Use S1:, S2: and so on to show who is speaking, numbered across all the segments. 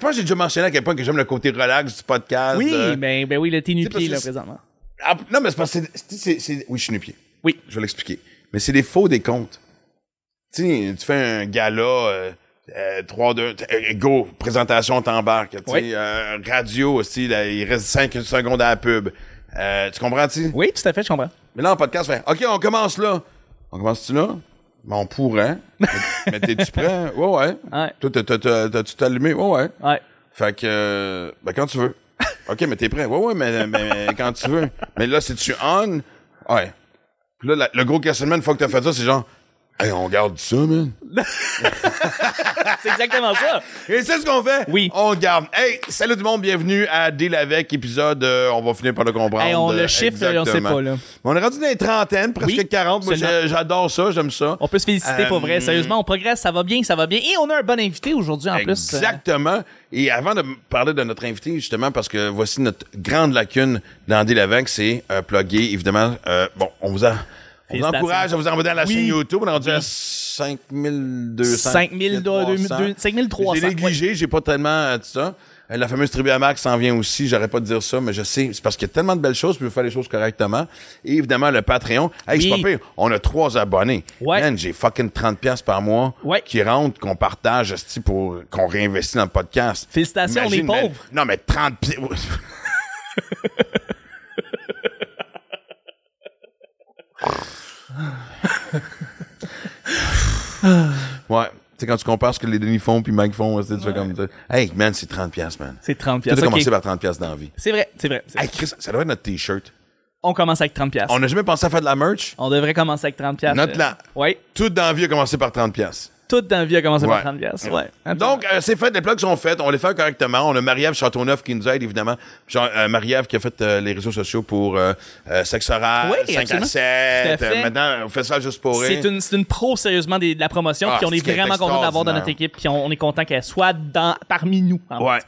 S1: pense que j'ai déjà mentionné à quel point que j'aime le côté relax du podcast.
S2: Oui,
S1: euh,
S2: ben, ben oui, là, t'es
S1: parce
S2: nu-pied,
S1: que
S2: là,
S1: c'est-
S2: présentement.
S1: ah, non, mais c'est parce que c'est- c'est. c'est- Oui, je suis nu-pied.
S2: Oui.
S1: Je vais l'expliquer. Mais c'est des faux des comptes. Tu sais, tu fais un gala, euh, euh, 3, 2, go, présentation, t'embarques. Tu sais,
S2: Oui.
S1: euh, radio aussi, là, il reste 5 secondes à la pub. Euh, tu comprends-tu?
S2: Oui, tout à fait, je comprends.
S1: Mais là, en podcast, fait, OK, on commence là. On commence-tu là? Ben, on pourrait. Mais, mais t'es-tu prêt? Ouais, ouais.
S2: Ouais.
S1: Toi, t'as- t'as- t'as- t'as-tu t'allumé? Ouais, ouais.
S2: Ouais.
S1: Fait que, euh, ben, quand tu veux. OK, mais t'es prêt. Ouais, ouais, mais, mais quand tu veux. Mais là, si tu on, ouais. Puis là, la- le gros questionnement, une fois que t'as fait ça, c'est genre, hey, on garde ça, man.
S2: C'est exactement ça.
S1: Et c'est ce qu'on fait.
S2: Oui.
S1: On garde. Hey, salut tout le monde, bienvenue à Deal avec, épisode, euh, on va finir par le comprendre.
S2: Hey, on le
S1: Euh,
S2: chiffre, là, on sait
S1: exactement.
S2: pas, là.
S1: Mais On est rendu dans les trentaines, presque
S2: Oui,
S1: 40. Moi,
S2: absolument.
S1: j'ai- j'adore ça, j'aime ça.
S2: On peut se féliciter
S1: Euh,
S2: pour vrai. Sérieusement, on progresse, ça va bien, ça va bien. Et on a un bon invité aujourd'hui, en plus. euh.
S1: Exactement. Et avant de m- parler de notre invité, justement, parce que voici notre grande lacune dans Deal avec, c'est euh, plugger, évidemment. Euh, bon, on vous a. On vous
S2: Félicitations.
S1: encourage à vous envoyer dans la
S2: Oui.
S1: chaîne YouTube. On est rendu à
S2: Oui.
S1: 5200.
S2: 5200. 5300,
S1: J'ai négligé, j'ai pas tellement euh, de ça. Euh, La fameuse tribu à Max s'en vient aussi, j'arrête pas de dire ça, mais je sais, c'est parce qu'il y a tellement de belles choses, puis je veux faire les choses correctement. Et évidemment, le Patreon. Hey, je suis
S2: Oui.
S1: pas pire, on a trois abonnés.
S2: Ouais.
S1: Man, j'ai fucking 30$ piastres par mois
S2: Ouais.
S1: qui rentrent, qu'on partage, esti, pour qu'on réinvestit dans le podcast.
S2: Félicitations, on est
S1: mais-
S2: pauvres.
S1: non, mais 30 pi- Ouais. Tu sais, quand tu compares ce que les Denis font puis Mike font, tu sais, tu fais comme ça. Hey, man, c'est 30$, piastres, man.
S2: C'est 30
S1: Tu as
S2: piastres,
S1: commencé
S2: ok.
S1: par 30$ piastres dans la vie.
S2: C'est vrai, c'est vrai. c'est vrai.
S1: Hey, Chris, ça doit être notre t-shirt.
S2: On commence avec 30 piastres.
S1: On n'a jamais pensé à faire de la merch.
S2: On devrait commencer avec 30 piastres.
S1: Note-la.
S2: là. Oui.
S1: Tout dans la vie a commencé par 30$. piastres.
S2: Toute dans la vie a commencé
S1: Ouais.
S2: par 30 piastres. Ouais. absolument.
S1: Donc, euh, c'est fait, les plugs sont faits, on les fait correctement. On a Marie-Ève Châteauneuf qui nous aide, évidemment. Jean- euh, Marie-Ève qui a fait euh, les réseaux sociaux pour euh, euh, Sexe Oral,
S2: Oui,
S1: 5
S2: absolument.
S1: à
S2: Tout à
S1: 7.
S2: fait.
S1: euh, maintenant, on fait ça juste pour rire.
S2: c'est une, c'est une pro, sérieusement, des- de la promotion.
S1: Ah,
S2: puis on est
S1: c'est
S2: vraiment content d'avoir dans
S1: extraordinaire.
S2: notre équipe. Puis on, on est content qu'elle soit dans, parmi nous. en
S1: Ouais.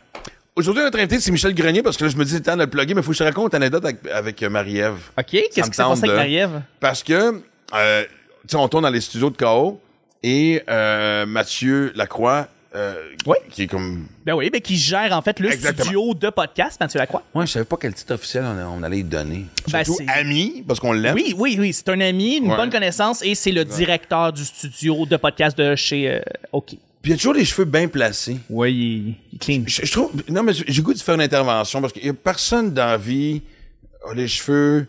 S1: Aujourd'hui, notre invité, c'est Michel Grenier, parce que là, je me dis, c'est le temps de le plugger, mais il faut que je te raconte une anecdote avec, avec, euh, Marie-Ève.
S2: OK, qu'est-ce
S1: me
S2: qui s'est
S1: tente
S2: passé
S1: de-
S2: avec Marie-Ève?
S1: Parce que, euh, tu sais, on tourne dans les studios de KO, et euh, Mathieu Lacroix, euh,
S2: Ouais.
S1: qui est comme...
S2: Ben oui, ben qui gère en fait le
S1: Exactement.
S2: studio de podcast, Mathieu Lacroix.
S1: Ouais, je savais pas quel titre officiel on, on allait lui donner.
S2: Ben,
S1: Surtout
S2: c'est-
S1: ami, parce qu'on l'aime.
S2: Ah Oui, oui, oui, c'est un ami, une
S1: Ouais.
S2: bonne connaissance et c'est le directeur du studio de podcast de chez euh, OK.
S1: Puis il a toujours les cheveux bien placés.
S2: Oui, il- il clean.
S1: Je, je trouve. Non, mais j'ai goût de faire une intervention parce qu'il y a personne dans la vie a les cheveux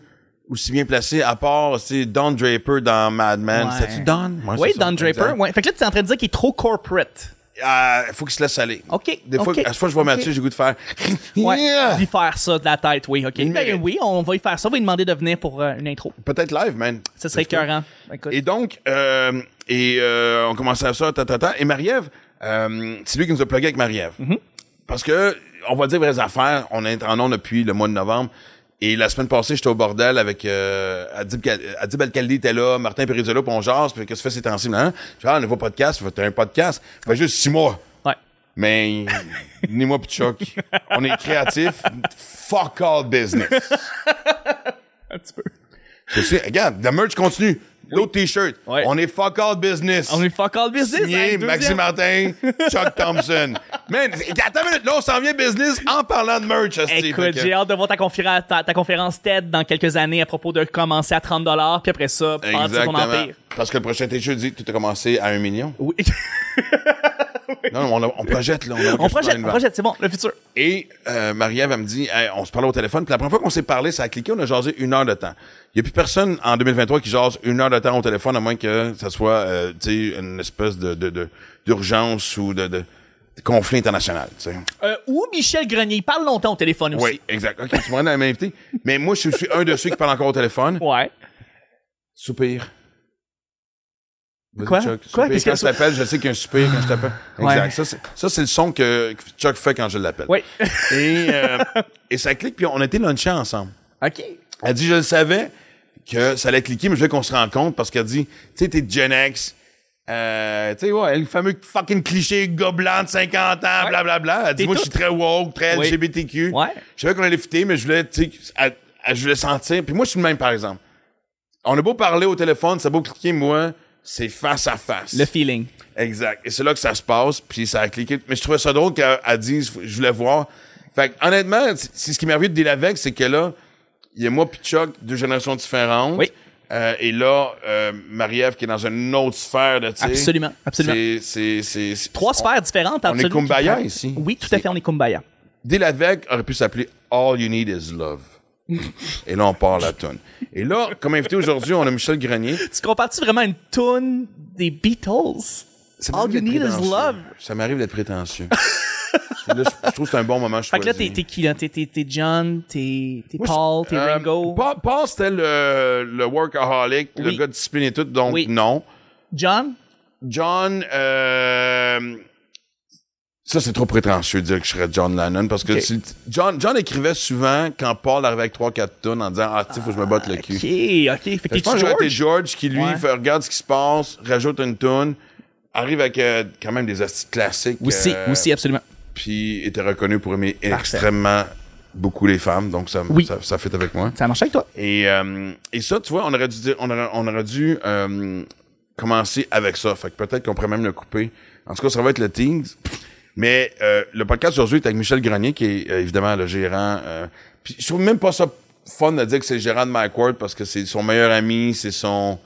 S1: aussi bien placés à part c'est Don Draper dans Mad Men.
S2: Ouais.
S1: C'est-tu Don? Ouais,
S2: Oui,
S1: c'est ça,
S2: Don Draper.
S1: exact.
S2: Ouais. Fait que là, tu es en train de dire qu'il est trop corporate.
S1: Euh, faut qu'il se laisse aller.
S2: OK,
S1: Des fois,
S2: OK,
S1: à chaque fois que je vois
S2: OK.
S1: Mathieu, j'ai goût de faire.
S2: Ouais.
S1: Yeah!
S2: Lui faire ça de la tête, oui, OK.
S1: Il
S2: Ben
S1: mérite.
S2: oui, on va y faire ça. On va lui demander de venir pour euh, une intro.
S1: Peut-être live, man.
S2: Ce serait écœurant. Écoute.
S1: Et donc, euh, et euh, on commençait à ça, ta, ta, ta. Et Marie-Ève, euh, c'est lui qui nous a plugué avec Marie-Ève.
S2: Mm-hmm.
S1: Parce que, on va dire vraies affaires, on est en on depuis le mois de novembre. Et la semaine passée, j'étais au bordel avec euh, Adib, Cal- Adib Alcaldi était là, Martin Perizzolo, puis on jase, puis qu'est-ce que tu fais ces temps-ci? Hein? Genre, un nouveau podcast, t'as un podcast. Ça fait juste six mois.
S2: Ouais.
S1: Mais ni moi pis Chuck, on est créatif. Fuck all business.
S2: Un petit peu.
S1: Je sais, regarde, la merch continue. L'autre t-shirt.
S2: Ouais.
S1: On est fuck all business.
S2: On est fuck all business.
S1: Signé
S2: hein,
S1: Maxime
S2: deuxième.
S1: Martin, Chuck Thompson. Man, attends une minute, là, on s'en vient business en parlant de merch. hein, esti. Fait
S2: Écoute,
S1: que-
S2: j'ai hâte de voir ta, conféra- ta- ta conférence TED dans quelques années à propos de commencer à 30 puis après ça, partir ton
S1: Exactement.
S2: empire.
S1: Parce que le prochain t-shirt dit tout a commencé à un million.
S2: Oui.
S1: Non, non, on, on projette, là. a quelque chose dans
S2: on projette,
S1: le
S2: on
S1: vent.
S2: projette, c'est bon, le futur.
S1: Et euh, Marie-Ève, elle me dit, Hey, on se parlait au téléphone. Puis la première fois qu'on s'est parlé, ça a cliqué, on a jasé une heure de temps. Il n'y a plus personne en 2023 qui jase une heure de temps au téléphone, à moins que ça soit euh, tu sais, une espèce de, de- de- d'urgence ou de, de- de conflit international. tu sais.
S2: Euh, ou Michel Grenier, il parle longtemps au téléphone aussi.
S1: Oui, exact. OK, tu m'en as invité. Mais moi, je suis un de ceux qui parle encore au téléphone.
S2: Ouais.
S1: Soupir. Vas-y,
S2: Quoi?
S1: Chuck,
S2: Quoi?
S1: soupir.
S2: Qu'est-ce
S1: Quand
S2: que-
S1: je t'appelle, je sais qu'il y a un soupir quand je t'appelle. Exact.
S2: Ouais.
S1: Ça, c'est, ça, c'est le son que que Chuck fait quand je l'appelle.
S2: Oui.
S1: Et, euh, et ça clique, puis on a été lunchés ensemble.
S2: OK.
S1: Elle dit, je le savais que ça allait cliquer, mais je voulais qu'on se rende compte parce qu'elle dit, tu sais, t'es de Gen X. Euh, tu sais, ouais, le fameux fucking cliché gobelin de 50 ans, blablabla. Elle dit,
S2: T'es
S1: moi, je
S2: tout.
S1: suis très woke, très
S2: Oui.
S1: LGBTQ.
S2: Ouais.
S1: Je savais qu'on allait fitter, mais je voulais, tu sais, à- à- je voulais sentir. Puis moi, je suis le même, par exemple. On a beau parler au téléphone, ça a beau cliquer, moi, c'est face à face.
S2: Le feeling.
S1: Exact. Et c'est là que ça se passe, puis ça a cliqué. Mais je trouvais ça drôle qu'elle elle dise, je voulais voir. Fait que, honnêtement, c'est c'est ce qui m'arrive de dealer avec, c'est que là, il y a moi puis Chuck, deux générations différentes.
S2: Oui.
S1: Euh, et là, euh, Marie-Ève qui est dans une autre sphère de, tu sais.
S2: Absolument, absolument.
S1: C'est, c'est, c'est, c'est-
S2: Trois
S1: on-
S2: sphères différentes.
S1: on est
S2: absolument, qui
S1: kumbaya
S2: parlent.
S1: ici.
S2: Oui, tout à fait, on est Kumbaya.
S1: Dès l'avec aurait pu s'appeler All You Need Is Love. Et là, on part la tonne. Et là, comme invité aujourd'hui, on a Michel Grenier.
S2: Tu compares-tu vraiment une toune des Beatles?
S1: Ça
S2: All
S1: m'arrive
S2: you
S1: d'être
S2: need is
S1: prétentieux.
S2: love.
S1: Ça m'arrive d'être prétentieux. Et là, je, je trouve que c'est un bon moment.
S2: Fait que là, t'es t'es qui, là? T'es- T'es t'es John, t'es t'es Paul, t'es Ringo.
S1: Euh, Paul, Paul, c'était le, le workaholic, le
S2: Oui.
S1: gars discipliné et tout, donc
S2: Oui.
S1: non.
S2: John?
S1: John, euh, ça c'est trop prétentieux de dire que je serais John Lennon parce que
S2: Ok.
S1: si- John, John écrivait souvent quand Paul arrivait avec 3-4 tonnes en disant Ah, tu sais, faut que je me botte le
S2: Ok,
S1: cul.
S2: ok. Fait que
S1: Je
S2: t'es
S1: pense que j'aurais été
S2: George?
S1: George qui, lui,
S2: Ouais.
S1: fait, regarde ce qui se passe, rajoute une toune, arrive avec euh, quand même des astuces classiques.
S2: Aussi,
S1: euh,
S2: aussi, absolument.
S1: Puis était reconnu pour aimer extrêmement beaucoup les femmes, donc ça,
S2: Oui.
S1: ça, ça fit avec moi.
S2: Ça marche avec toi?
S1: Et, euh, et ça, tu vois, on aurait dû, dire, on aurait, on aurait dû euh, commencer avec ça. Fait que peut-être qu'on pourrait même le couper. En tout cas, ça va être le Teams. Mais euh, le podcast aujourd'hui est avec Michel Grenier, qui est euh, évidemment le gérant. euh, puis je trouve même pas ça fun de dire que c'est le gérant de Mike Ward parce que c'est son meilleur ami, c'est son...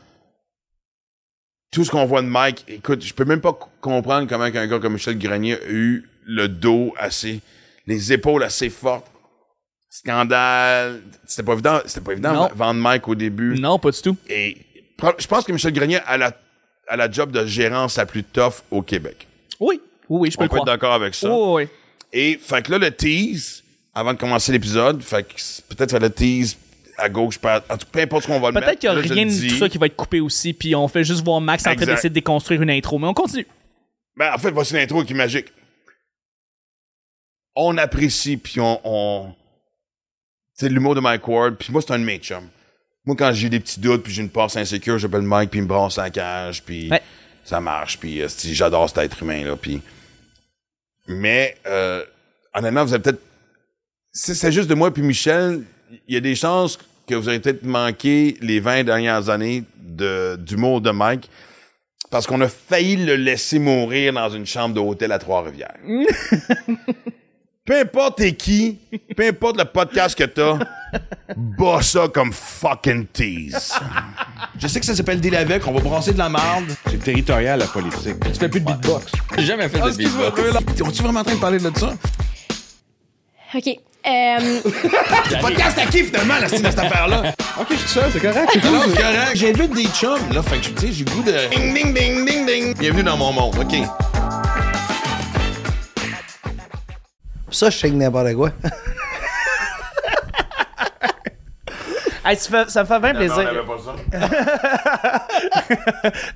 S1: Tout ce qu'on voit de Mike, écoute, je peux même pas co- comprendre comment un gars comme Michel Grenier a eu le dos assez... les épaules assez fortes. Scandale. C'était pas évident, c'était pas évident
S2: Non.
S1: de vendre Mike au début.
S2: Non, pas du tout.
S1: Et pro- je pense que Michel Grenier a la, a la job de gérance la plus tough au Québec.
S2: Oui, oui, oui, je peux
S1: On
S2: le
S1: peut être
S2: croire. Oh.
S1: d'accord avec ça.
S2: Oui, oui.
S1: Et fait que là, le tease, avant de commencer l'épisode, fait que c'est- peut-être faire le tease à gauche, pas- en tout peu importe ce qu'on va le mettre.
S2: Peut-être qu'il n'y a
S1: là, je le
S2: rien de
S1: dis.
S2: tout ça qui va être coupé aussi, puis on fait juste voir Max en train
S1: Exact.
S2: d'essayer de déconstruire une intro. Mais on continue.
S1: Ben, en fait, voici l'intro qui est magique. On apprécie, puis on... on... C'est l'humour de Mike Ward, puis moi, c'est un de mes chums. Moi, quand j'ai des petits doutes, puis j'ai une passe insécure, j'appelle Mike, puis il me brasse la cage, puis
S2: Ouais.
S1: ça marche, puis euh, si, j'adore cet être humain, là, puis... Mais, euh, honnêtement, vous avez peut-être... Si c'est juste de moi puis Michel, il y a des chances que vous avez peut-être manqué les 20 dernières années de, d'humour de Mike, parce qu'on a failli le laisser mourir dans une chambre d'hôtel à Trois-Rivières. peu importe t'es qui, peu importe le podcast que t'as, bas ça comme fucking tease.
S3: Je sais que ça s'appelle Deal avec, on va brasser de la marde.
S4: C'est territorial la politique.
S3: Tu fais plus de beatbox.
S4: J'ai jamais fait de beatbox.
S3: On est vraiment en train de parler de ça?
S5: OK. Euh,
S1: Podcast à qui finalement, la style de cette affaire-là?
S3: Ok, je suis seul, c'est correct.
S1: Non, c'est correct.
S3: J'invite des chums, là, fait que tu sais, j'ai le goût de.
S1: Ding, ding, ding, ding, ding. Bienvenue dans mon monde, OK.
S6: Ça, je sais que n'importe quoi.
S2: Hey, ça, fait- ça me fait bien plaisir.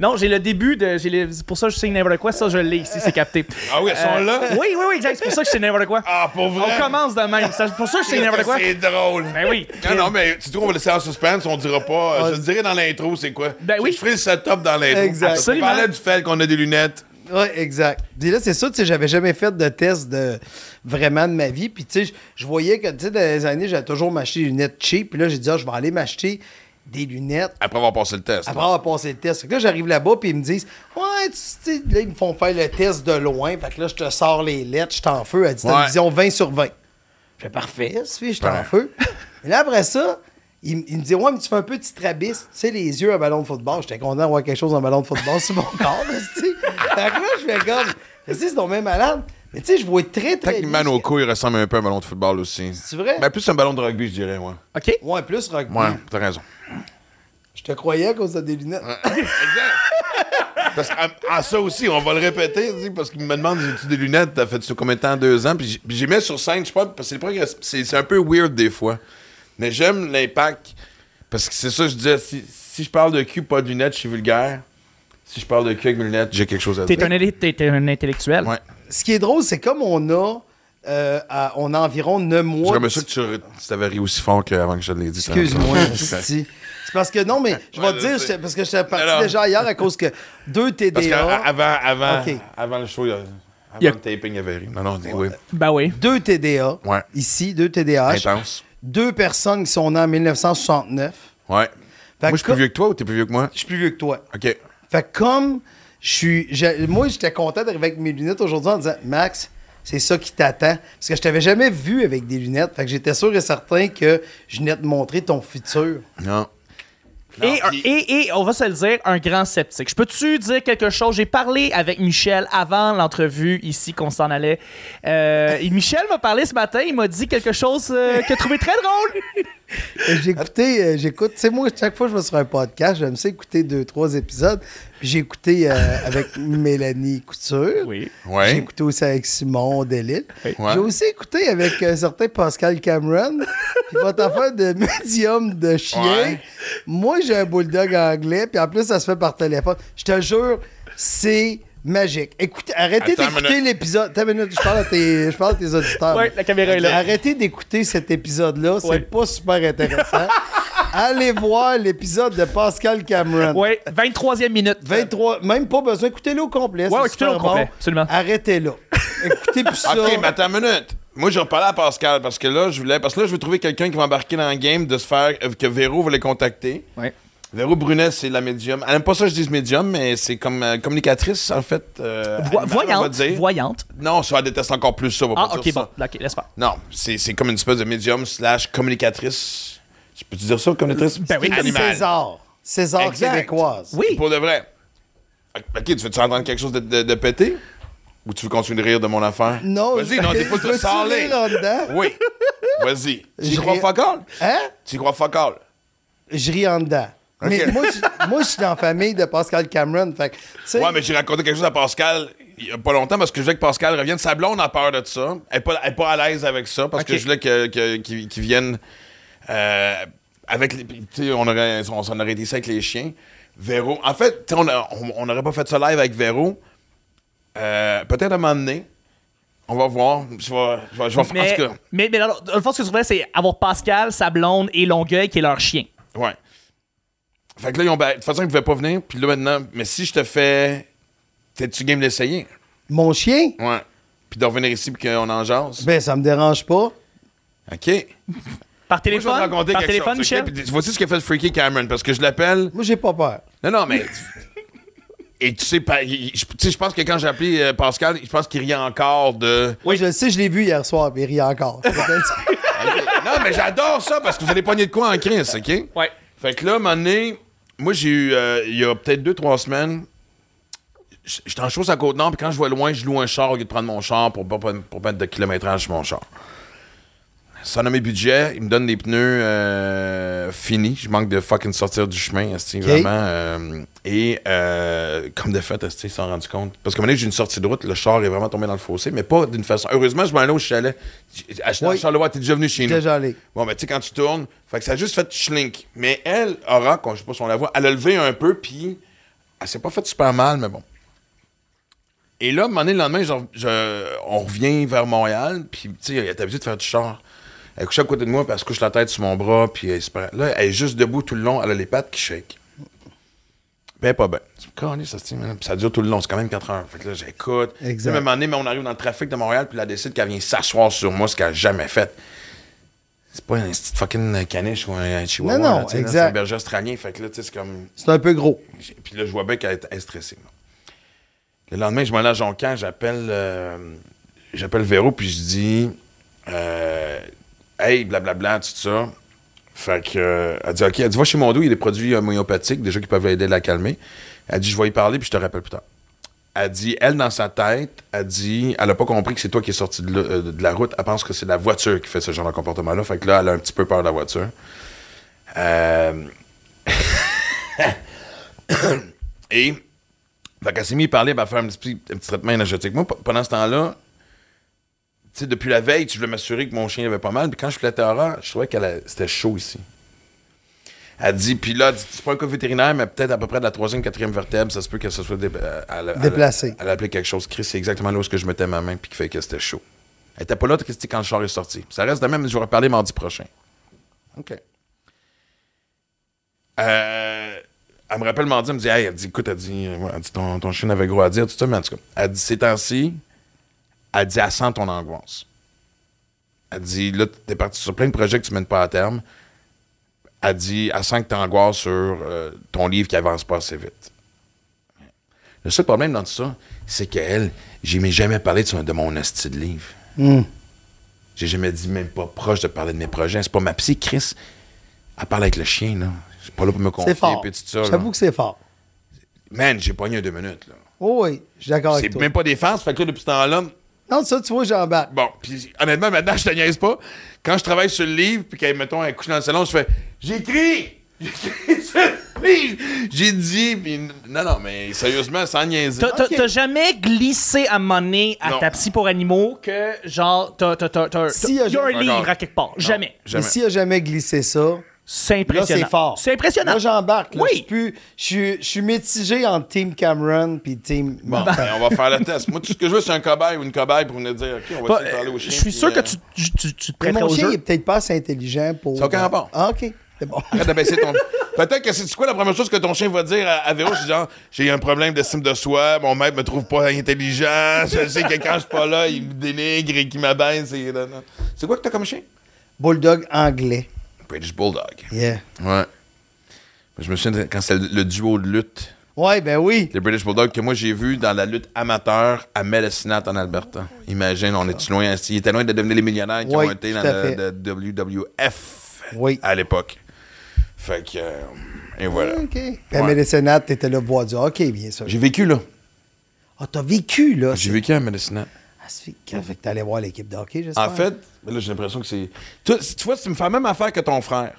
S2: Non, j'ai le début de. j'ai le- c'est pour ça que je signe n'importe quoi. Ça, je l'ai ici, c'est capté.
S1: Ah oui, elles sont
S2: Euh,
S1: là?
S2: Oui, oui, oui, exact. C'est pour ça que je signe n'importe quoi.
S1: Ah, pour vrai?
S2: On commence de même. C'est pour ça que je signe n'importe quoi.
S1: C'est drôle.
S2: Ben oui.
S1: Non, non, mais tu trouves qu'on va laisser en suspense, on dira pas. euh, Je te dirai dans l'intro, c'est quoi?
S2: Ben oui.
S1: Je ferai le setup dans l'intro.
S6: Exact.
S1: On
S2: Absolument.
S1: parlait du fait qu'on a des lunettes.
S6: Ouais, exact. Puis là, c'est ça, tu sais, j'avais jamais fait de test de vraiment de ma vie. Puis, tu sais, je- je voyais que, tu sais, dans les années, j'avais toujours m'acheter des lunettes cheap. Puis là, j'ai dit, ah, je vais aller m'acheter des lunettes
S1: Après avoir passé le test.
S6: après avoir passé le test. Fait que là, j'arrive là-bas, puis ils me disent, ouais, tu sais, là, ils me font faire le test de loin. Fait que là, je te sors les lettres, je suis en feu. Elle dit, t'as
S1: Ouais.
S6: une vision 20 sur 20. Je fais, parfait, ça fait, je suis en feu. Et là, après ça, ils, m- ils me disent, ouais, mais tu fais un peu petit trabis. Tu sais, les yeux, un ballon de football. J'étais content d'avoir quelque chose en ballon de football sur mon corps, là, tu sais. Fait que là, je fais comme, tu sais, c'est donc même malade. Mais tu sais, je vois très, très.
S1: Techniquement,
S6: bien.
S1: nos coups, ils ressemblent un peu à un ballon de football aussi.
S6: C'est vrai?
S1: Ben, plus un ballon de rugby, je dirais, moi.
S2: OK.
S6: Ouais, plus rugby.
S1: Ouais, t'as raison.
S6: Je te croyais à cause de des lunettes.
S1: exact. Parce qu'à à ça aussi, on va le répéter, tu sais, parce qu'ils me demandent j'ai-tu des lunettes, t'as fait ça combien de temps, deux ans, puis j- puis j'y mets sur scène, je sais pas, parce que c'est le progrès- c'est c'est un peu weird des fois. Mais j'aime l'impact, parce que c'est ça, je disais, si, si je parle de cul, pas de lunettes, je suis vulgaire. Si je parle de cul avec mes lunettes, j'ai quelque chose à dire.
S2: T'es un, élite- t'es- t'es un intellectuel.
S1: Ouais.
S6: Ce qui est drôle, c'est comme on a, euh, à- on a environ 9 mois.
S1: J'aurais aimé ça que tu re- tu t'avais ri aussi fort qu'avant que je l'ai dit. ça.
S6: Excuse-moi,
S1: C'est-
S6: esti. C'est parce que non, mais je vais
S1: Ouais,
S6: te
S1: je
S6: dire,
S1: sais.
S6: j'étais- parce que j'étais parti
S1: Alors-
S6: déjà hier à cause que deux
S1: Parce
S6: TDA,
S1: qu'avant avant,
S6: Ok.
S1: avant le show, il y a- avant
S2: Il y a-
S1: le taping, il y avait ri. Non, non, oui.
S2: Ben oui.
S6: deux TDA,
S1: Ouais.
S6: ici, deux TDH,
S1: Intense.
S6: deux personnes qui sont nées en 1969.
S1: Ouais.
S6: Fait
S1: Moi, je
S6: que-
S1: suis plus vieux que toi ou t'es plus vieux que moi?
S6: Je suis plus vieux que toi.
S1: OK.
S6: Fait que comme je suis. je- moi, j'étais content d'arriver avec mes lunettes aujourd'hui en disant Max, c'est ça qui t'attend. Parce que je t'avais jamais vu avec des lunettes. Fait que j'étais sûr et certain que je venais te montrer ton futur.
S1: Non.
S2: Et, un- et, et on va se le dire, un grand sceptique. Je peux-tu dire quelque chose? J'ai parlé avec Michel avant l'entrevue ici qu'on s'en allait. Euh, et Michel m'a parlé ce matin, il m'a dit quelque chose euh, que trouvé très drôle.
S6: Et J'ai écouté, euh, j'écoute, tu sais, moi, chaque fois que je vais sur un podcast, j'aime ça écouter deux, trois épisodes. Puis j'ai écouté euh, avec Mélanie Couture.
S2: Oui.
S1: Ouais.
S6: J'ai écouté aussi avec Simon Delille.
S1: Ouais.
S6: J'ai aussi écouté avec euh, un certain Pascal Cameron. Puis votre affaire de médium de chien.
S1: Ouais.
S6: Moi, j'ai un bulldog anglais. Puis en plus, ça se fait par téléphone. Je te jure, c'est magique. Écoute, arrêtez
S1: Attends une
S6: d'écouter
S1: minute.
S6: l'épisode. Attends une minute, je parle à tes, je parle à tes auditeurs.
S2: Ouais, la caméra est là.
S6: Arrêtez d'écouter cet épisode-là. C'est
S2: Ouais.
S6: pas super intéressant. Allez voir l'épisode de Pascal Cameron.
S2: Ouais, 23e minute.
S6: 23, même pas besoin. Écoutez-le au complet.
S2: Ouais,
S6: c'est
S2: écoutez-le
S6: super
S2: au complet,
S6: bon.
S2: absolument.
S6: Arrêtez-le. Écoutez plus ça.
S1: OK, mais attends une minute. Moi, j'ai reparlé à Pascal parce que là, je voulais. Parce que là, je veux trouver quelqu'un qui va embarquer dans le game de se faire. euh, que Véro voulait contacter.
S2: Ouais.
S1: Véro Brunet, c'est la médium. Elle aime pas ça que je dise médium, mais c'est comme euh, communicatrice, en fait. euh,
S2: Vo-
S1: animale, on va
S2: voyante,
S1: dire.
S2: voyante.
S1: Non, ça, elle déteste encore plus ça. on va pas
S2: Ah,
S1: dire
S2: ok,
S1: ça.
S2: bon. Ok, laisse faire.
S1: Non, c'est c'est comme une espèce de médium slash communicatrice. Je peux te dire ça, communicatrice?
S2: Ben oui.
S6: Comme
S1: Animal.
S6: César. César
S1: Exact.
S6: québécoise.
S2: Oui.
S1: Pour de vrai. OK, tu veux-tu entendre quelque chose de, de- de pété? Ou tu veux continuer de rire de mon affaire?
S6: Non,
S1: Vas-y, non, t'es pas
S6: je veux
S1: de sarler.
S6: là-dedans.
S1: Oui. Vas-y. Tu y
S6: Je
S1: crois
S6: ris-
S1: fuck all?
S6: Hein?
S1: Tu y crois fuck all?
S6: Je ris en dedans. Mais
S1: Ok.
S6: moi, je- moi, je suis dans la famille de Pascal Cameron. Fait que, tu sais,
S1: Ouais, mais j'ai raconté quelque chose à Pascal il y a pas longtemps parce que je voulais que Pascal revienne. Sa blonde a peur de ça. Elle est pas, elle est pas à l'aise avec ça parce que
S2: Ok.
S1: je voulais que- que- qu'il qu'il vienne euh, avec les. puis, Tu sais, on, aurait- on s'en aurait dit ça avec les chiens. Véro. En fait, tu sais, on a- on on n'aurait pas fait ça live avec Véro. Euh, Peut-être à un moment donné. On va voir. Je vais, je vais, je vais faire-
S2: Mais,
S1: en tout
S2: mais, mais dans le- dans le fond, ce que je voulais, c'est avoir Pascal, sa blonde et Longueuil qui est leur chien.
S1: cas. Ouais. Fait que là, ils ont. ben, De toute façon, ils ne pouvaient pas venir. Puis là, maintenant. Mais si je te fais. T'es-tu game d'essayer?
S6: mon chien,
S1: Ouais. Puis de revenir ici puis qu'on en jase.
S6: ben, ça me dérange pas.
S1: OK.
S2: Par
S1: Moi, je vais te
S2: téléphone?
S1: raconter
S2: par
S1: quelque
S2: téléphone,
S1: chose,
S2: Michel?
S1: OK? Puis voici ce qu'a fait le Freaky Cameron, parce que je l'appelle.
S6: Moi, j'ai pas peur.
S1: Non, non, mais. Et tu sais, pa- il- je- tu sais, je pense que quand j'ai appelé euh, Pascal, je pense qu'il riait encore de.
S6: Oui, je le sais, je l'ai vu hier soir, puis il rit encore. Je te le dis.
S1: OK. non, mais j'adore ça, parce que vous allez pogner de quoi en crise, OK?
S2: Ouais.
S1: Fait que là, à un moment donné, moi, j'ai eu, euh, il y a peut-être deux, trois semaines, j- j'étais en chose à Côte-Nord, puis quand je vois loin, je loue un char au lieu de prendre mon char pour pas prendre- pour mettre de kilométrage sur mon char. Ça nomme mes budgets, il me donne des pneus euh, finis. Je manque de fucking sortir du chemin, esti, vraiment. euh, et euh, comme de fait, esti, ils s'en sont rendus compte. Parce que un moment donné, j'ai une sortie de route, le char est vraiment tombé dans le fossé, mais pas d'une façon. Heureusement, je m'en allais au chalet. J- Acheter
S6: Oui.
S1: un Charlevoix, t'es déjà venu chez nous.
S6: Déjà allé.
S1: Bon, ben, tu sais, quand tu tournes, fait que ça a juste fait schlink. Mais elle, Aura, quand je sais pas si on la voit, elle a levé un peu, puis elle s'est pas fait super mal, mais bon. Et là, un moment donné, le lendemain, genre, je- on revient vers Montréal, puis, tu sais, elle est habituée de faire du char. Elle est couchée à côté de moi, puis elle se couche la tête sur mon bras, puis elle se prend- Là, elle est juste debout tout le long, elle a les pattes qui shake. Ben, pas bien. Tu me connais, ça, se tient, man. Puis ça dure tout le long, c'est quand même 4 heures. Fait que là, j'écoute.
S6: Exact.
S1: Puis là, un moment donné, mais on arrive dans le trafic de Montréal, puis elle décide qu'elle vient s'asseoir sur moi, ce qu'elle a jamais fait. C'est pas un petit fucking caniche ou un chihuahua.
S6: Non, non,
S1: là, tu sais, là,
S6: exact.
S1: C'est un berger australien, fait que là, tu sais, c'est comme.
S6: C'est un peu gros.
S1: J'ai- Puis là, je vois bien qu'elle est- elle est stressée. là. Le lendemain, je m'en vais à Joncan, j'appelle euh, j'appelle Véro, puis je dis euh, Hey, blablabla, tout ça. Fait que, euh, elle dit Ok, elle dit Va chez Mondo, il y a des produits homéopathiques, déjà qui peuvent l'aider à la calmer. Elle dit Je vais y parler, puis je te rappelle plus tard. Elle dit, elle, dans sa tête, elle dit, elle a pas compris que c'est toi qui es sorti de, là- euh, de la route. Elle pense que c'est la voiture qui fait ce genre de comportement-là. Fait que là, elle a un petit peu peur de la voiture. Euh, Et, ben, fait qu'elle s'est mise à parler, puis à faire un petit, un petit traitement énergétique. Moi, p- pendant ce temps-là, tu sais, depuis la veille, je voulais m'assurer que mon chien avait pas mal. Puis quand je flattais Aurore, je trouvais qu'elle a- c'était chaud ici. Elle dit, puis là, elle dit, c'est pas un cas vétérinaire, mais peut-être à peu près de la troisième, quatrième vertèbre, ça se peut qu'elle se soit dé- euh, elle- elle-
S6: Déplacée.
S1: Elle a appelé quelque chose. Chris, c'est exactement là où est-ce que je mettais ma main, puis qui fait que c'était chaud. Elle était pas là Christy, quand le char est sorti. Ça reste de même, je vais reparler mardi prochain. OK. Euh, elle me rappelle mardi, elle me dit, hey, elle dit, écoute, elle dit, euh, ouais, elle dit ton, ton chien avait gros à dire, tout ça, mais en tout cas, elle dit, ces temps-ci, elle dit, elle sent ton angoisse. Elle dit, là, t'es parti sur plein de projets que tu mènes pas à terme. Elle dit, elle sent que t'angoisses sur euh, ton livre qui avance pas assez vite. Le seul problème dans tout ça, c'est qu'elle, j'ai mis- jamais parlé de, son- de mon asti de livre.
S6: Hmm.
S1: J'ai jamais dit même pas proche de parler de mes projets. C'est pas ma psy, Chris. Elle parle avec le chien, là. Je suis pas là pour me confier,
S6: C'est fort.
S1: puis tout ça. là.
S6: J'avoue que c'est fort.
S1: Man, j'ai pogné un deux minutes, là.
S6: Oh oui, je suis d'accord avec
S1: C'est
S6: toi.
S1: même pas des farces, fait que là, depuis ce temps-là,
S6: Non, ça, tu vois, j'embarque.
S1: Bon, puis honnêtement, maintenant, je te niaise pas. Quand je travaille sur le livre, puis qu'elle, mettons, elle couche dans le salon, je fais J'écris J'écris sur le livre J'ai dit, puis non, non, mais sérieusement, sans niaiser.
S2: T'as- T'as t'as jamais glissé à monnaie à
S1: Non.
S2: ta psy pour animaux que genre t'as t'as- t'as- t'as-
S6: Si, euh,
S2: t'as- y a un
S1: j'ai-
S2: livre
S1: Encore.
S2: à quelque part jamais.
S6: Mais
S1: Jamais.
S6: s'il a jamais glissé ça,
S2: C'est
S6: là,
S2: impressionnant.
S6: c'est fort.
S2: C'est impressionnant.
S6: Là, j'embarque. là.
S2: Oui.
S6: Je suis plus- Je suis- je suis mitigé entre Team Cameron puis Team.
S1: Bon, ben, on va faire le test. Moi, tout ce que je veux, c'est un cobaye ou une cobaye pour venir dire OK, on va
S2: Pas-
S1: essayer de parler au chien.
S2: je suis
S1: puis,
S2: sûr que
S1: euh,
S2: tu, tu, tu- tu te
S6: Mais
S2: prêterais
S6: mon
S2: au
S6: chien, il est
S2: jeu.
S6: peut-être pas assez intelligent pour.
S1: Ça n'a aucun rapport.
S6: Ah, OK. C'est bon.
S1: Arrête de baisser ton. Peut-être que c'est c'est quoi la première chose que ton chien va dire à, à Véro, c'est genre j'ai un problème d'estime de soi, mon maître me trouve pas intelligent, je sais que quand je suis pas là, il me dénigre et qu'il m'abaisse. et- non, non. C'est quoi que t'as comme chien?
S6: Bulldog anglais.
S1: British Bulldog.
S6: Yeah.
S1: Ouais. Je me souviens de- quand c'était le, le duo de lutte,
S6: Ouais, ben oui.
S1: les British Bulldogs, que moi j'ai vu dans la lutte amateur à Medicinat en Alberta. Imagine, on est-tu loin? Ils étaient loin de devenir les millionnaires qui
S6: Oui,
S1: ont été
S6: tout
S1: dans
S6: à
S1: le,
S6: fait.
S1: le WWF
S6: Oui.
S1: à l'époque. Fait que. euh, et voilà.
S6: OK. Puis à Médecinac, t'étais là pour voir du hockey, bien sûr.
S1: J'ai vécu là.
S6: Ah, t'as vécu, là.
S1: J'ai vécu à Medicinat.
S6: Ah, c'est fait fait que t'allais voir l'équipe de hockey, j'espère.
S1: En fait, mais là j'ai l'impression que c'est. Tu, tu vois, tu me fais la même affaire que ton frère.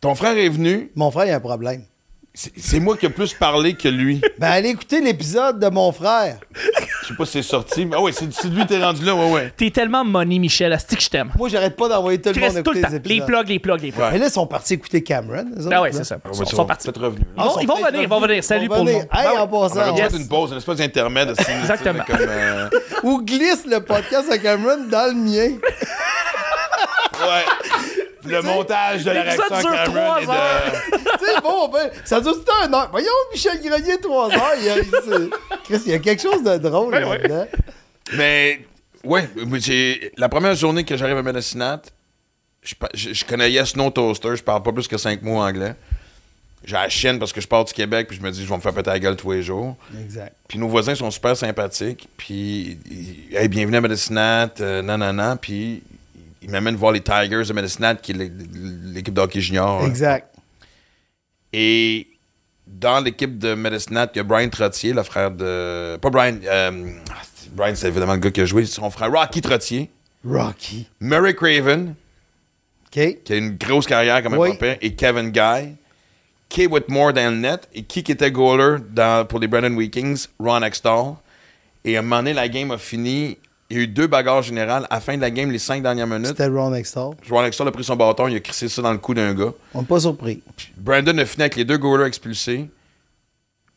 S1: Ton frère est venu,
S6: Mon frère, il a un problème.
S1: c'est c'est moi qui ai plus parlé que lui.
S6: Ben, allez écouter l'épisode de mon frère.
S1: Je sais pas si c'est sorti, mais ah ouais, c'est c'est lui qui t'es rendu là, ouais, ouais.
S2: T'es tellement money, Michel. Asti que je t'aime.
S6: Moi, j'arrête pas d'envoyer tout le
S2: Tu
S6: monde
S2: restes tout
S6: écouter
S2: le temps.
S6: les
S2: Les
S6: épisodes.
S2: plugs, les plugs, les plugs.
S6: Mais là, ils sont partis écouter Cameron. eux autres,
S2: Ah ouais,
S6: là.
S2: c'est ça.
S1: Ah
S2: Ils
S1: ouais,
S2: sont-
S1: tu
S2: sont
S1: vois,
S2: partis.
S1: peut-être revenu.
S6: Ah,
S1: là.
S2: Ils vont, ils vont venir, ils vont venir. Salut
S6: vont
S2: pour nous.
S6: venir. Hey,
S1: On
S6: en
S1: va
S6: passant.
S1: yes.
S6: ouais.
S1: une pause, une espèce d'intermède. aussi, là,
S2: Exactement.
S1: tu sais, Comme, euh,
S6: Ou glisse le podcast à Cameron dans le mien.
S1: ouais. Le montage de la
S2: l'épisode
S1: réaction à
S2: dure
S1: Cameron
S2: trois
S1: et
S2: heures.
S1: de...
S6: tu sais, bon, ben, ça dure tout le temps un heure. Voyons, Michel Grenier, trois heures. Il y a, il s'est- Chris, il y a quelque chose de drôle là-dedans.
S1: Mais, ouais, mais j'ai- la première journée que j'arrive à Medicinat, je, pa- je, je connais Yes No Toaster, je parle pas plus que cinq mots anglais. J'ai la chienne parce que je pars du Québec, puis je me dis, je vais me faire péter la gueule tous les jours.
S6: Exact.
S1: Puis nos voisins sont super sympathiques. Puis, ils- hey, bienvenue à Medicinat, euh, nanana. Puis, ils m'amènent voir les Tigers de Medicinat, qui est l'é- l'équipe de hockey junior. euh,
S6: Exact.
S1: Et dans l'équipe de Medicinat, il y a Brian Trottier, le frère de. Pas Brian. euh, ah, c'est- Brian, c'est évidemment le gars qui a joué. Son frère, Rocky Trottier.
S6: Rocky.
S1: Murray Craven,
S6: OK?
S1: qui a une grosse carrière comme un
S6: Oui.
S1: papa, et Kevin Guy. Kay Whitmore dans le net. Et qui qui était goaler dans- pour les Brandon Weekings? Ron Extall. Et à un moment donné, la game a fini. Il y a eu deux bagarres générales. À la fin de la game, les cinq dernières minutes,
S6: C'était Ron Extall.
S1: Ron Extall a pris son bâton, il a crissé ça dans le cou d'un gars.
S6: On n'est pas surpris.
S1: Brandon a fini avec les deux goalers expulsés.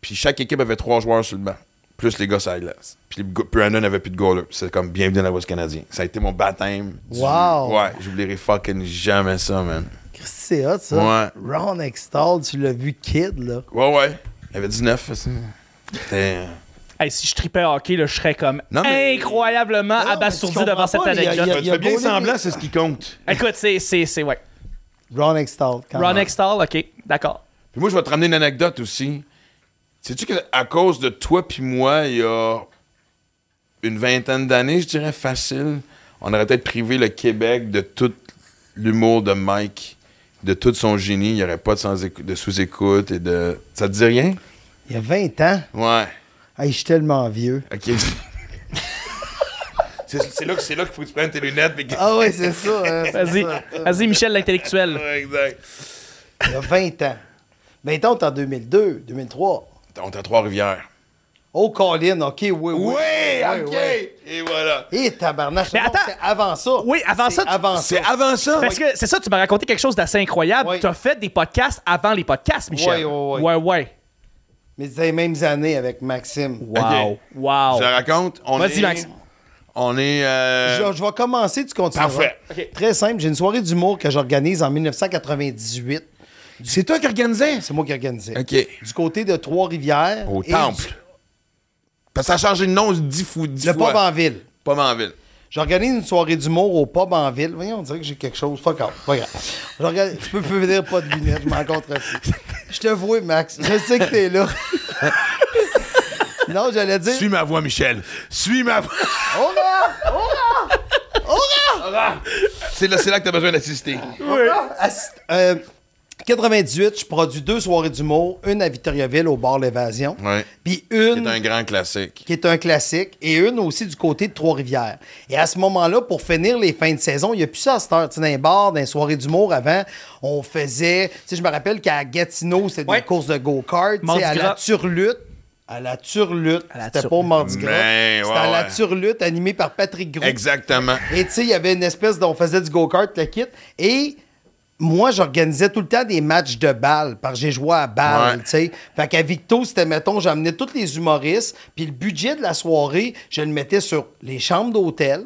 S1: Puis chaque équipe avait trois joueurs sur le banc, plus les gars à la glace. Puis les go- Brandon n'avait plus de goaler. C'est comme bienvenue dans la Ouest canadienne. Ça a été mon baptême. du-
S6: Wow.
S1: Ouais, j'oublierai fucking jamais ça, man.
S6: Chris, c'est hot, ça.
S1: Ouais.
S6: Ron Extall, tu l'as vu kid, là.
S1: Ouais, ouais. Il avait 19. aussi. C'était. euh,
S2: Hey, si je tripais hockey, là, je serais comme
S1: Non, mais-
S2: incroyablement
S6: Non, mais tu
S2: abasourdi
S6: comprends
S2: devant
S6: pas,
S2: cette
S6: il y a-
S2: anecdote.
S6: il y a goalé-
S1: c'est ce qui compte.
S2: Écoute, c'est, c'est, c'est, ouais.
S6: Ron Extall. quand
S2: Ron
S6: même.
S2: Extall, OK, d'accord.
S1: Puis moi, je vais te ramener une anecdote aussi. Sais-tu qu'à cause de toi puis moi, il y a une vingtaine d'années, je dirais facile, on aurait peut-être privé le Québec de tout l'humour de Mike, de tout son génie. Il n'y aurait pas de, sans écou- de sous-écoute et de. Ça te dit rien?
S6: Il y a 20 ans.
S1: Ouais.
S6: Hey, je suis tellement vieux.
S1: OK. c'est c'est là que- c'est là qu'il faut que tu prennes tes lunettes. mais que-
S6: Ah oui, c'est ça. hein, c'est
S2: Vas-y,
S6: ça.
S2: vas-y, Michel l'intellectuel.
S1: Ouais, exact.
S6: Il y a 20 ans. 20 ans, t'es en 2002, 2003.
S1: On est à Trois-Rivières.
S6: Oh, Colin, OK, oui, oui.
S1: Oui, OK!
S6: oui.
S1: Et voilà.
S6: Et tabarnache.
S2: Mais
S6: non,
S2: attends.
S6: c'est avant ça.
S2: Oui, avant
S6: C'est
S2: ça, tu-
S6: Avant ça.
S1: C'est avant ça.
S2: Parce que c'est ça, tu m'as raconté quelque chose d'assez incroyable.
S6: Oui.
S2: Tu as fait des podcasts avant les podcasts, Michel.
S6: Oui, oui, oui.
S2: Ouais, ouais.
S6: Mais c'est les mêmes années avec Maxime.
S2: Wow.
S1: Ok.
S2: Wow.
S1: Je la raconte. On
S2: Vas-y,
S1: est-
S2: Max.
S1: On est. euh,
S6: Je, je vais commencer, tu continues.
S1: Parfait.
S2: Ok.
S6: Très simple, j'ai une soirée d'humour que j'organise en 1998.
S1: C'est toi qui organisais?
S6: C'est moi qui organisais.
S1: OK.
S6: Du côté de Trois-Rivières.
S1: Au
S6: et
S1: temple.
S6: du-
S1: Parce que ça a changé de nom dix fou- dix
S6: Le
S1: fois.
S6: pub en ville.
S1: Pub en ville.
S6: J'organise une soirée d'humour au pub en ville. Voyons, on dirait que j'ai quelque chose. Fuck off. Pas grave. J'organise- Je peux plus dire pas de lunettes, je m'en contrefie. Je te vois, Max. Je sais que t'es là. Non, j'allais dire.
S1: Suis ma voix, Michel. Suis ma voix. C'est là, c'est là que t'as besoin d'assister.
S6: Assi- euh, 98, je produis deux soirées d'humour, une à Victoriaville au bar L'Évasion,
S1: Ouais.
S6: puis
S1: C'est
S6: une
S1: un grand classique.
S6: qui est un classique, et une aussi du côté de Trois-Rivières. Et à ce moment-là, pour finir les fins de saison, il n'y a plus ça à cette heure. Tu sais, dans les bars, dans les soirées d'humour, avant, on faisait... Tu sais, je me rappelle qu'à Gatineau, c'était
S2: Ouais.
S6: des courses de go-kart. Tu
S2: Mardi
S6: sais, à
S2: gras.
S6: la Turlutte, à la Turlutte,
S2: la
S6: c'était pas
S2: Turlutte.
S6: au Mardi Gras,
S1: Mais,
S6: c'était
S1: ouais,
S6: à la
S1: Ben, ouais.
S6: Turlutte, animée par Patrick Gros.
S1: Exactement.
S6: Et tu sais, il y avait une espèce dont on faisait du go-kart, le kit. Et moi, j'organisais tout le temps des matchs de balle, parce que j'ai joué à balle,
S1: Ouais.
S6: tu sais. Fait qu'à Victo, c'était, mettons, j'amenais tous les humoristes, puis le budget de la soirée, je le mettais sur les chambres d'hôtel,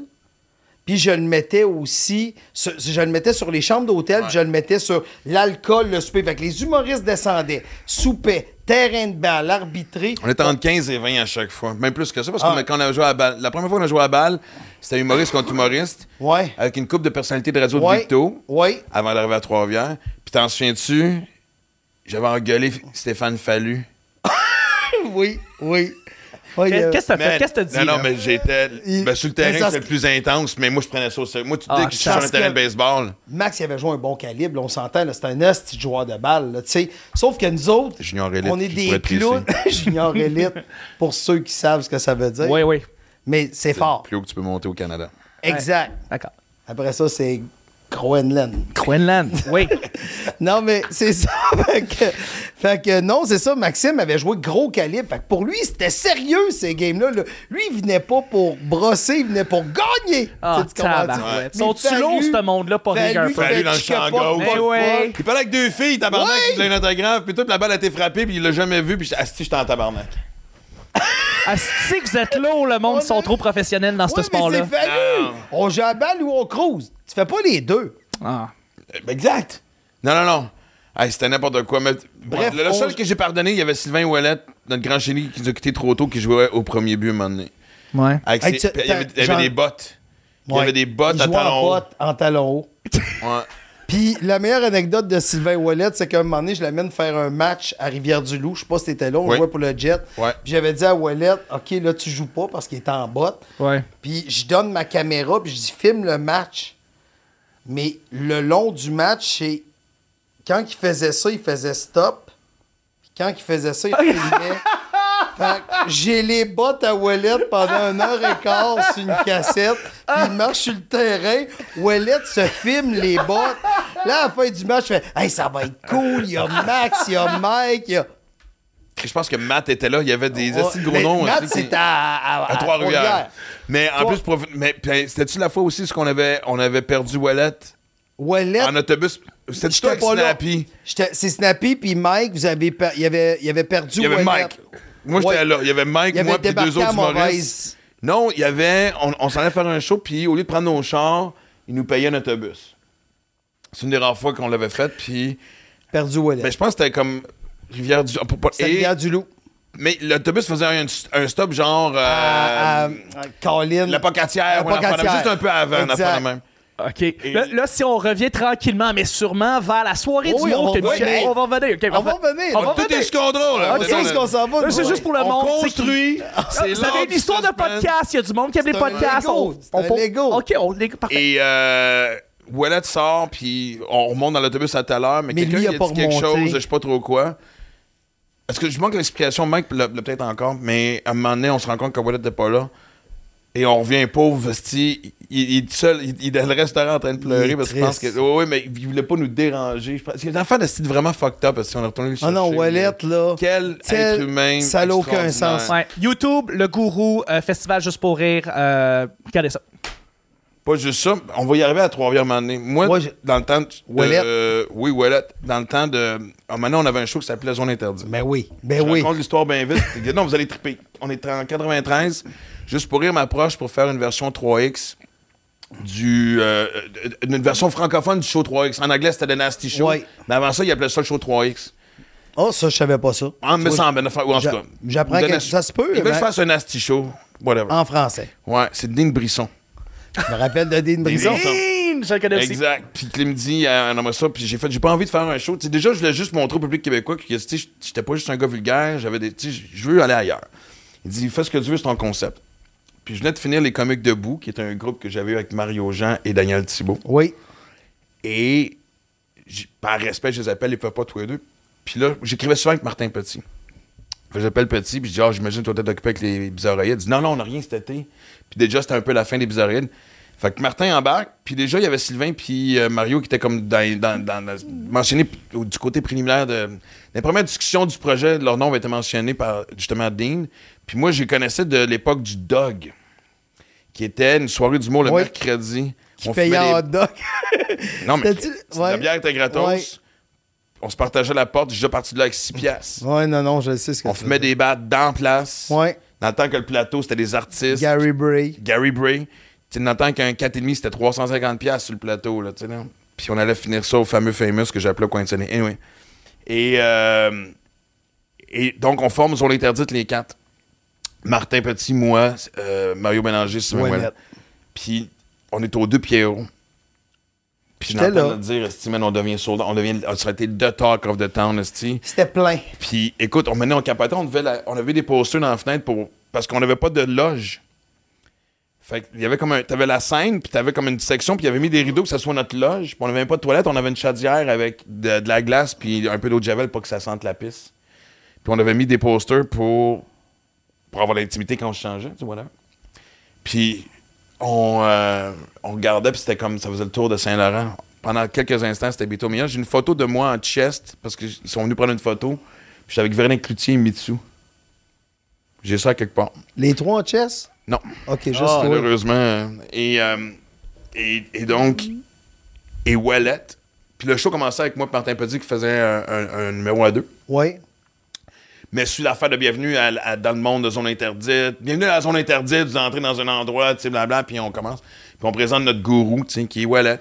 S6: puis je le mettais aussi, sur- je le mettais sur les chambres d'hôtel, puis je le mettais sur l'alcool, le souper. Fait que les humoristes descendaient, soupaient, terrain de balle, arbitré.
S1: On était entre 15 et 20 à chaque fois. Même plus que ça, parce que
S6: Ah.
S1: quand on a joué à la balle, la première fois qu'on a joué à la balle, c'était humoriste contre humoriste.
S6: Ouais.
S1: Avec une coupe de personnalité de radio de
S6: Ouais,
S1: Victo.
S6: ouais.
S1: Avant d'arriver à Trois-Rivières. Puis t'en souviens-tu? J'avais engueulé Stéphane Fallu.
S6: Oui, oui. Ouais,
S2: Qu'est-
S6: euh,
S2: Qu'est-ce que t'as fait? Qu'est-ce que t'as dit?
S1: Non, non,
S2: là?
S1: mais j'étais.
S6: Il-
S1: Ben, sur le
S6: Mais
S1: terrain,
S6: ça
S1: c'était
S6: se-
S1: le plus intense, mais moi, je prenais ça au sérieux. Moi, tu
S2: Ah,
S1: dis que je suis sur
S6: parce
S1: un terrain
S6: que-
S1: de baseball.
S6: Max, il avait joué un bon calibre, là, on s'entend, là, c'est un esti de joueur de balle, là, tu sais. Sauf que nous autres,
S1: Junior élite,
S6: on est
S1: je
S6: des
S1: pourrais te
S6: clowns junior élite, pour ceux qui savent ce que ça veut dire.
S2: Oui, oui.
S6: Mais c'est fort.
S1: Plus haut que tu peux monter au Canada.
S6: Exact.
S2: D'accord.
S6: Après ça, c'est Groenland.
S2: Groenland. Oui.
S6: Non, mais c'est ça. fait, que, fait que non, c'est ça. Maxime avait joué gros calibre. Fait que pour lui, c'était sérieux, ces games-là. là. Lui, il venait pas pour brosser, il venait pour gagner.
S2: Ah,
S6: Tu sais, tu comprends-tu?
S2: tabarouette.
S6: Mais
S2: Sont-tu
S6: Fallu-
S2: lourds, ce monde-là, pour
S6: Fallu
S2: Ringer Fun?
S6: fait
S1: Fallu dans le champ
S6: chicapote,
S1: gauche.
S6: pas de
S2: Eh ouais.
S6: fuck.
S1: Il parlait avec deux filles, tabarnak,
S6: Ouais.
S1: qui voulait une autographe, puis toute la balle a été frappée, puis il l'a jamais vu, puis asti, j'étais en tabarnak. Euh,
S2: Asti que vous êtes lourds, le monde,
S6: On
S2: ils sont
S6: est-
S2: trop professionnels dans
S6: Ouais,
S2: ce sport-là.
S6: mais c'est fallu. On joue à balle ou on cruise. Tu fais pas les deux.
S2: Ah.
S1: Euh, ben, exact. Non, non, non. Hey, c'était n'importe quoi. Mais...
S6: Bref,
S1: le, le seul
S6: on-
S1: que j'ai pardonné, il y avait Sylvain Ouellette, notre grand chéri, qui nous a quitté trop tôt, qui jouait au premier but un moment donné.
S2: Ouais.
S1: Avec
S6: Hey,
S1: ses-
S6: tu-
S1: puis il y avait,
S6: t'as-
S1: il y avait
S6: Jean-
S1: des bottes. Il y avait des bottes
S6: Il
S1: à
S6: jouait
S1: talons
S6: en
S1: hauts.
S6: bottes en talons hauts.
S1: Ouais.
S6: Puis la meilleure anecdote de Sylvain Ouellet, c'est qu'à un moment donné, je l'amène faire un match à Rivière-du-Loup. Je sais pas si t'étais là, on
S1: Oui.
S6: jouait pour le Jet.
S1: Ouais.
S6: Puis j'avais dit à Ouellet, OK, là, tu joues pas parce qu'il est en botte.
S2: Ouais.
S6: Puis je donne ma caméra, puis je dis, filme le match. Mais le long du match, c'est. Quand il faisait ça, il faisait stop. Puis quand il faisait ça, il filmait. Fait que j'ai les bottes à Wallet pendant un heure et quart sur une cassette. Puis il marche sur le terrain. Wallet se filme les bottes. Là, à la fin du match, je fais Hey, ça va être cool. Il y a Max, il y a Mike, il y a.
S1: Je pense que Matt était là. Il y avait des assis de gros
S6: Mais
S1: noms.
S6: Matt,
S1: aussi, qui-
S6: c'est à, à,
S1: À
S6: à
S1: Trois-Rivières.
S6: Trois-Rivières.
S1: Mais en
S6: Trois-
S1: plus, prof- mais puis, c'était-tu la fois aussi ce qu'on avait, on avait perdu Wallet
S6: Ouellet,
S1: en autobus? C'était-tu toi avec Snappy?
S6: J'étais- C'est Snappy puis Mike, vous avez per- il, avait, il avait perdu.
S1: Il y avait
S6: Wallet.
S1: Mike. Moi, j'étais
S6: Ouais.
S1: là. Il y avait Mike,
S6: Il avait
S1: moi, puis deux
S6: débarqué
S1: autres
S6: à
S1: humoristes.
S6: mauvaise.
S1: Non, il y avait. On, on s'en allait faire un show, puis au lieu de prendre nos chars, ils nous payaient un autobus. C'est une des rares fois qu'on l'avait fait, puis.
S6: Perdu Wallet.
S1: Ben, je pense que c'était comme Rivière du. pour- pour-
S6: C'est
S1: et-
S6: Rivière du Loup.
S1: mais l'autobus faisait un, un stop genre. euh,
S6: À- à- à Colin.
S1: la
S6: Ah, La
S1: pocatière, ou un affaire de même.
S6: Pocatière.
S1: juste un peu avant, un
S6: Exact.
S1: affaire de même.
S2: OK. Là, là, si on revient tranquillement, mais sûrement vers la soirée
S6: Oui,
S2: du
S6: on
S2: monde,
S6: va
S2: que Michel-
S6: revenir.
S2: on va revenir. OK,
S6: On va
S2: parfait.
S6: revenir.
S2: On va
S1: Tout est
S2: revenir.
S1: sous contrôle, là.
S6: On sait où est-ce qu'on s'en va.
S2: Là, C'est
S6: nous,
S2: juste pour le
S1: On
S2: monde. c'est
S1: construit.
S2: qui- Ah,
S1: C'est
S2: Vous avez
S1: l'art
S2: une
S1: du
S2: histoire de
S1: suspense.
S2: podcast. Il y a du monde qui aime les
S6: un
S2: podcasts.
S6: Lego.
S2: On-
S6: C'est
S2: on-
S6: un Lego.
S2: OK, on les parfait.
S1: Et euh, Wallet sort, puis on remonte dans l'autobus à tout à l'heure, mais,
S6: Mais
S1: quelqu'un
S6: lui
S1: il
S6: a
S1: a dit
S6: pas
S1: quelque
S6: remonté.
S1: chose, je sais pas trop quoi. Est-ce que je manque l'explication, Mike l'a l'a peut-être encore, mais à un moment donné, on se rend compte que Wallet n'était pas là. Et on revient pauvre, vesti. Il, il est seul, il, il est dans le restaurant en train de pleurer
S6: Il est
S1: parce qu'il pense que.
S6: triste.
S1: Oui, oui, mais il voulait pas nous déranger. Je pense- C'est un enfant de style vraiment fucked up parce qu'on est retourné le
S6: Ah
S1: chercher.
S6: non, Wallet, là.
S1: Quel
S6: tel-
S1: être humain.
S6: ça n'a aucun
S1: extraordinaire.
S6: sens.
S2: Ouais. YouTube, le gourou, euh, Festival Juste pour Rire. euh, regardez ça.
S1: Pas juste ça, on va y arriver à trois rivières donné. Moi,
S6: Moi, je-
S1: dans le temps de.
S6: Ouellette.
S1: euh, oui, Ouellette. Dans le temps de. Ah, maintenant, on avait un show qui s'appelait Zone Interdite.
S6: Ben oui. Ben
S1: Je
S6: oui.
S1: raconte l'histoire bien vite. non, vous allez triper. On est en 93. Juste pour rire, m'approche pour faire une version 3X du. euh, euh, une version francophone du show 3X. En anglais, c'était The Nasty Show.
S6: Ouais.
S1: Mais avant ça, ils appelaient ça le show 3X.
S6: Oh, ça, je savais pas ça.
S1: Ah, En me
S6: Tu vois,
S1: semble, une affaire- ou en tout
S6: j'a-
S1: cas.
S6: j'apprends
S1: The
S6: que
S1: Nasty-
S6: ça se peut, ben- Ah.
S1: Ils veulent
S6: mais-
S1: que je fasse un Nasty Show. Whatever.
S6: En français.
S1: Ouais, c'est Dean Brisson.
S6: Je me rappelle de Dean Brisson.
S1: Brisson.
S2: Je le connais aussi.
S1: Exact. Puis Clem dit, euh, on aimerait ça. Puis j'ai fait, j'ai pas envie de faire un show. Tu sais, déjà, je voulais juste montrer au public québécois que tu sais, j'étais pas juste un gars vulgaire. J'avais des, tu sais, je veux aller ailleurs. Il dit Fais ce que tu veux, c'est ton concept. Puis je venais de finir Les Comiques Debout, qui est un groupe que j'avais eu avec Mario Jean et Daniel Thibault.
S6: Oui.
S1: Et j- par respect, je les appelle, ils peuvent pas tous les deux. Puis là, j'écrivais souvent avec Martin Petit. Fait que J'appelle Petit, puis je dis, ah, j'imagine toi t'es occupé avec les bizarroïdes. Il dit, non, non, on n'a rien cet été. Puis déjà, c'était un peu la fin des bizarroïdes. Fait que Martin embarque, puis déjà, il y avait Sylvain, puis euh, Mario qui était comme dans, dans- dans- dans- mentionné p- au- du côté préliminaire de. Les premières discussions du projet, leur nom avait été mentionné par justement Dean. Puis moi, je les connaissais de l'époque du Dog, qui était une soirée d'humour le
S6: Oui.
S1: mercredi.
S6: Qui
S1: fumait
S6: payait
S1: des-
S6: en hot dog.
S1: non, mais
S6: T'as-tu-
S1: c'est-
S6: ouais.
S1: la bière était gratos.
S6: Ouais.
S1: On se partageait la porte. J'ai déjà parti de là avec 6 piastres.
S6: Ouais, non, non, je sais ce que
S1: On
S6: tu
S1: fumait
S6: veux
S1: des battes dans place.
S6: Ouais.
S1: Dans le temps que le plateau, c'était des
S6: dire.
S1: artistes.
S6: Gary Bray.
S1: Gary Bray. Tu sais, dans le temps qu'un 4,5, c'était 350 piastres sur le plateau. Là, tu sais, là. Puis on allait finir ça au fameux Famous que j'appelais au coin de Sonny. Anyway. Et, euh, et donc, on forme Zone Interdite, les quatre. Martin Petit, moi, euh, Mario Bélanger, Simon
S6: Ouais,
S1: Ouellet.
S6: net.
S1: Puis on est aux deux Pierrot. Puis je
S6: J'étais
S1: l'entends
S6: là.
S1: le dire, Esti, man, on devient soldat, on devient, on serait été the talk of the town, Esti.
S6: C'était plein.
S1: Puis écoute, on menait en capotait, on, devait la- on avait des posters dans la fenêtre pour, parce qu'on n'avait pas de loge. Fait qu'il y avait comme un. T'avais la scène, puis t'avais comme une section, puis il y avait mis des rideaux que ça soit notre loge. Puis on n'avait même pas de toilette, on avait une chaudière avec de, de la glace, puis un peu d'eau de javel pour que ça sente la pisse. Puis on avait mis des posters pour, pour avoir l'intimité quand on se changeait, tu vois là. Puis on, euh, on regardait, puis c'était comme ça faisait le tour de Saint-Laurent. Pendant quelques instants, c'était Beto Mia. J'ai une photo de moi en chest, parce qu'ils sont venus prendre une photo. Puis J'étais avec Véronique Cloutier et Mitsu. J'ai ça quelque part.
S6: Les trois en chess?
S1: Non.
S6: Ok, juste
S1: Ah,
S6: toi.
S1: malheureusement. euh, Et, euh, et, et donc, et Wallet. Puis le show commençait avec moi, et Martin Petit, qui faisait un, un- un numéro à deux.
S6: Ouais.
S1: Mais sur l'affaire de bienvenue à- à- dans le monde de zone interdite. Bienvenue à la zone interdite, vous entrez dans un endroit, tu sais, blabla, puis on commence. Puis on présente notre gourou, tu sais, qui est Wallet.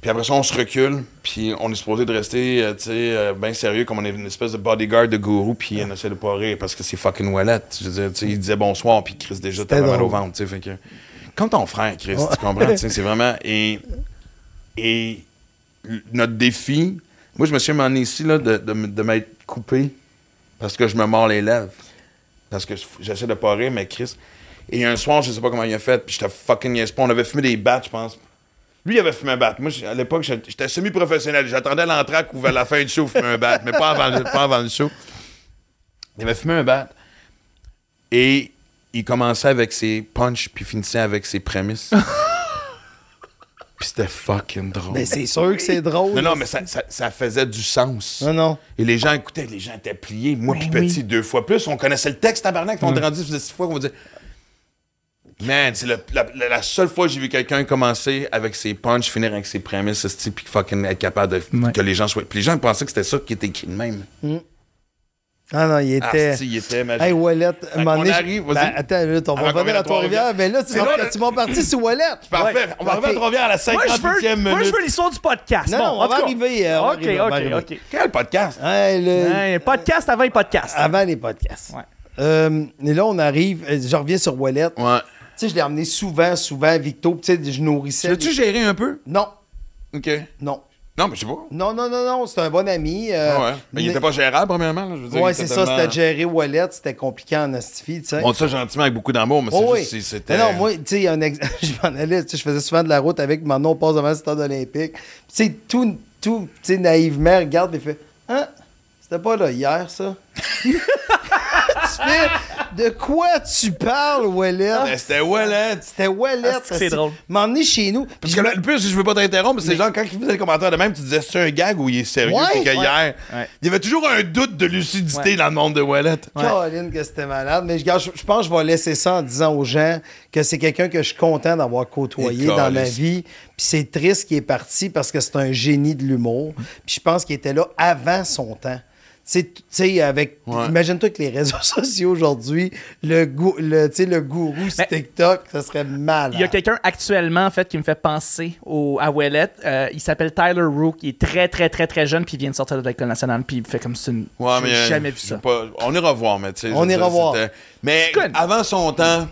S1: Puis après ça, on se recule, puis on est supposé de rester, euh, tu sais, bien sérieux, comme on est une espèce de bodyguard de gourou, puis on essaie de pas rire, parce que c'est fucking Wallet. Je veux dire, tu sais, il disait bonsoir, puis Chris, déjà, t'avais mal au
S6: drôle.
S1: ventre, tu sais, fait que... Comme ton frère, Chris, tu comprends, tu sais, c'est vraiment... Et, et notre défi... Moi, je me suis amené ici, là, de, de, m- de m'être coupé parce que je me mords les lèvres. Parce que je- j'essaie de pas rire, mais Chris. Et un soir, je sais pas comment il a fait, puis j'étais fucking yes pas. On avait fumé des battes, je pense. Lui, il avait fumé un bat. Moi, j'- à l'époque, j'étais j'étais semi-professionnel. J'attendais l'entraque ou vers la fin du show, fumer un bat, mais pas avant, le- pas avant le show. Il avait fumé un bat. Et il commençait avec ses punchs, puis finissait avec ses prémices. puis c'était fucking drôle.
S6: Mais c'est sûr que c'est drôle.
S1: Non, non, mais ça, ça- ça faisait du sens.
S6: Non, Ben non.
S1: Et les gens écoutaient, les gens étaient pliés. Moi, puis petit, deux fois plus. On connaissait le texte, tabarnak. On était rendu, ça faisait six fois qu'on disait. Man, c'est le- la, la- la seule fois que j'ai vu quelqu'un commencer avec ses punchs, finir avec ses prémices, ce type, puis fucking être capable de.
S2: Ouais.
S1: que les gens soient. Puis les gens pensaient que c'était ça qui était écrit de même.
S6: Ah non, il
S1: Ah,
S6: était.
S1: si, il était magique.
S6: Hey, Wallet, un
S1: qu'on
S6: moment donné,
S1: arrive,
S6: je-
S1: vas-y.
S6: Ben, attends, une minute, on va
S1: Avant qu'on
S6: revenir
S1: vienne
S6: à
S1: à
S6: Trois-Rivières.
S1: Trois-Rivières.
S6: Mais là, tu
S1: Mais
S6: m'as
S1: là,
S6: tu m'as parti sur Wallet.
S1: Parfait.
S6: Ouais.
S1: On va revenir,
S6: Ok.
S1: on revient à la
S2: Moi, je
S1: 58e
S2: veux, moi, je
S1: minute.
S2: veux l'histoire du podcast.
S6: Non,
S2: bon,
S6: non, on
S2: en
S6: va
S2: tout cas.
S6: arriver, euh, on va arriver, on va
S2: OK,
S6: arriver.
S2: OK, OK.
S1: Quel podcast?
S6: Hey, le-
S2: Hey, podcast avant les podcasts.
S6: Avant les podcasts.
S2: Ouais.
S6: Euh, et là, on arrive. euh, Je reviens sur Wallet.
S1: Ouais.
S6: Tu sais, je l'ai emmené souvent, souvent, Victo. puis Tu sais, je nourrissais.
S1: L'as-tu géré un peu?
S6: Non,
S1: OK.
S6: non.
S1: Non, mais je sais pas.
S6: Non, non, non, non, c'est un bon ami. euh,
S1: Ah ouais. Mais il était pas gérable, premièrement. là. Je veux dire,
S6: Ouais,
S1: il était
S6: c'est ça,
S1: tellement-
S6: c'était de gérer Wallet, c'était compliqué en astifi, tu sais.
S1: On dit ça gentiment avec beaucoup d'amour, mais c'est
S6: Oh,
S1: juste,
S6: oui.
S1: c'est- c'était.
S6: Mais non, moi, tu sais, il y a un ex- je m'en allais, tu sais, je faisais souvent de la route avec, maintenant on passe devant le stade olympique. Puis, Tu sais, tout, tout, tu sais, naïvement, elle regarde et fait Hein, c'était pas là hier, ça? tu fais De quoi tu parles,
S1: Mais
S6: Wallet?
S1: Ah, ben, C'était Wallet.
S6: C'était Wallet.
S2: Ah, c'est que c'est
S6: asti.
S2: drôle.
S6: M'emmener chez nous. Puis
S1: Parce que là, le plus, je veux pas t'interrompre, c'est genre quand il faisait le commentaire de même, tu disais c'est un gag ou il est sérieux,
S6: Ouais.
S1: puis que
S6: Ouais.
S1: hier,
S2: Ouais.
S1: il y avait toujours un doute de lucidité
S2: Ouais.
S1: dans le monde de Wallet.
S6: Caroline, que c'était malade. Mais je, garde- je- je pense que je vais laisser ça en disant aux gens que c'est quelqu'un que je suis content d'avoir côtoyé
S1: Et
S6: dans ma
S1: Caroline.
S6: vie. Puis c'est triste qu'il est parti parce que c'est un génie de l'humour.
S1: Mm.
S6: Puis je pense qu'il était là avant son temps. Tu sais, tu sais, avec. Imagine-toi que les réseaux sociaux aujourd'hui, le, gou- le, tu sais, le gourou sur
S2: Mais-
S6: TikTok, ça serait mal.
S2: Il y a quelqu'un actuellement, en fait, qui me fait penser au, à Ouellet. Euh, il s'appelle Tyler Rook. Il est très, très, très, très jeune, puis il vient de sortir de l'École nationale, puis il fait comme si...
S1: Ouais,
S2: J'ai
S1: mais, euh,
S2: jamais vu ça.
S1: j'ai pas- on ira voir, mais tu sais. je
S6: On
S1: veux
S6: ira
S1: dire,
S6: voir.
S1: c'était- Mais
S2: Je connais.
S1: avant son temps.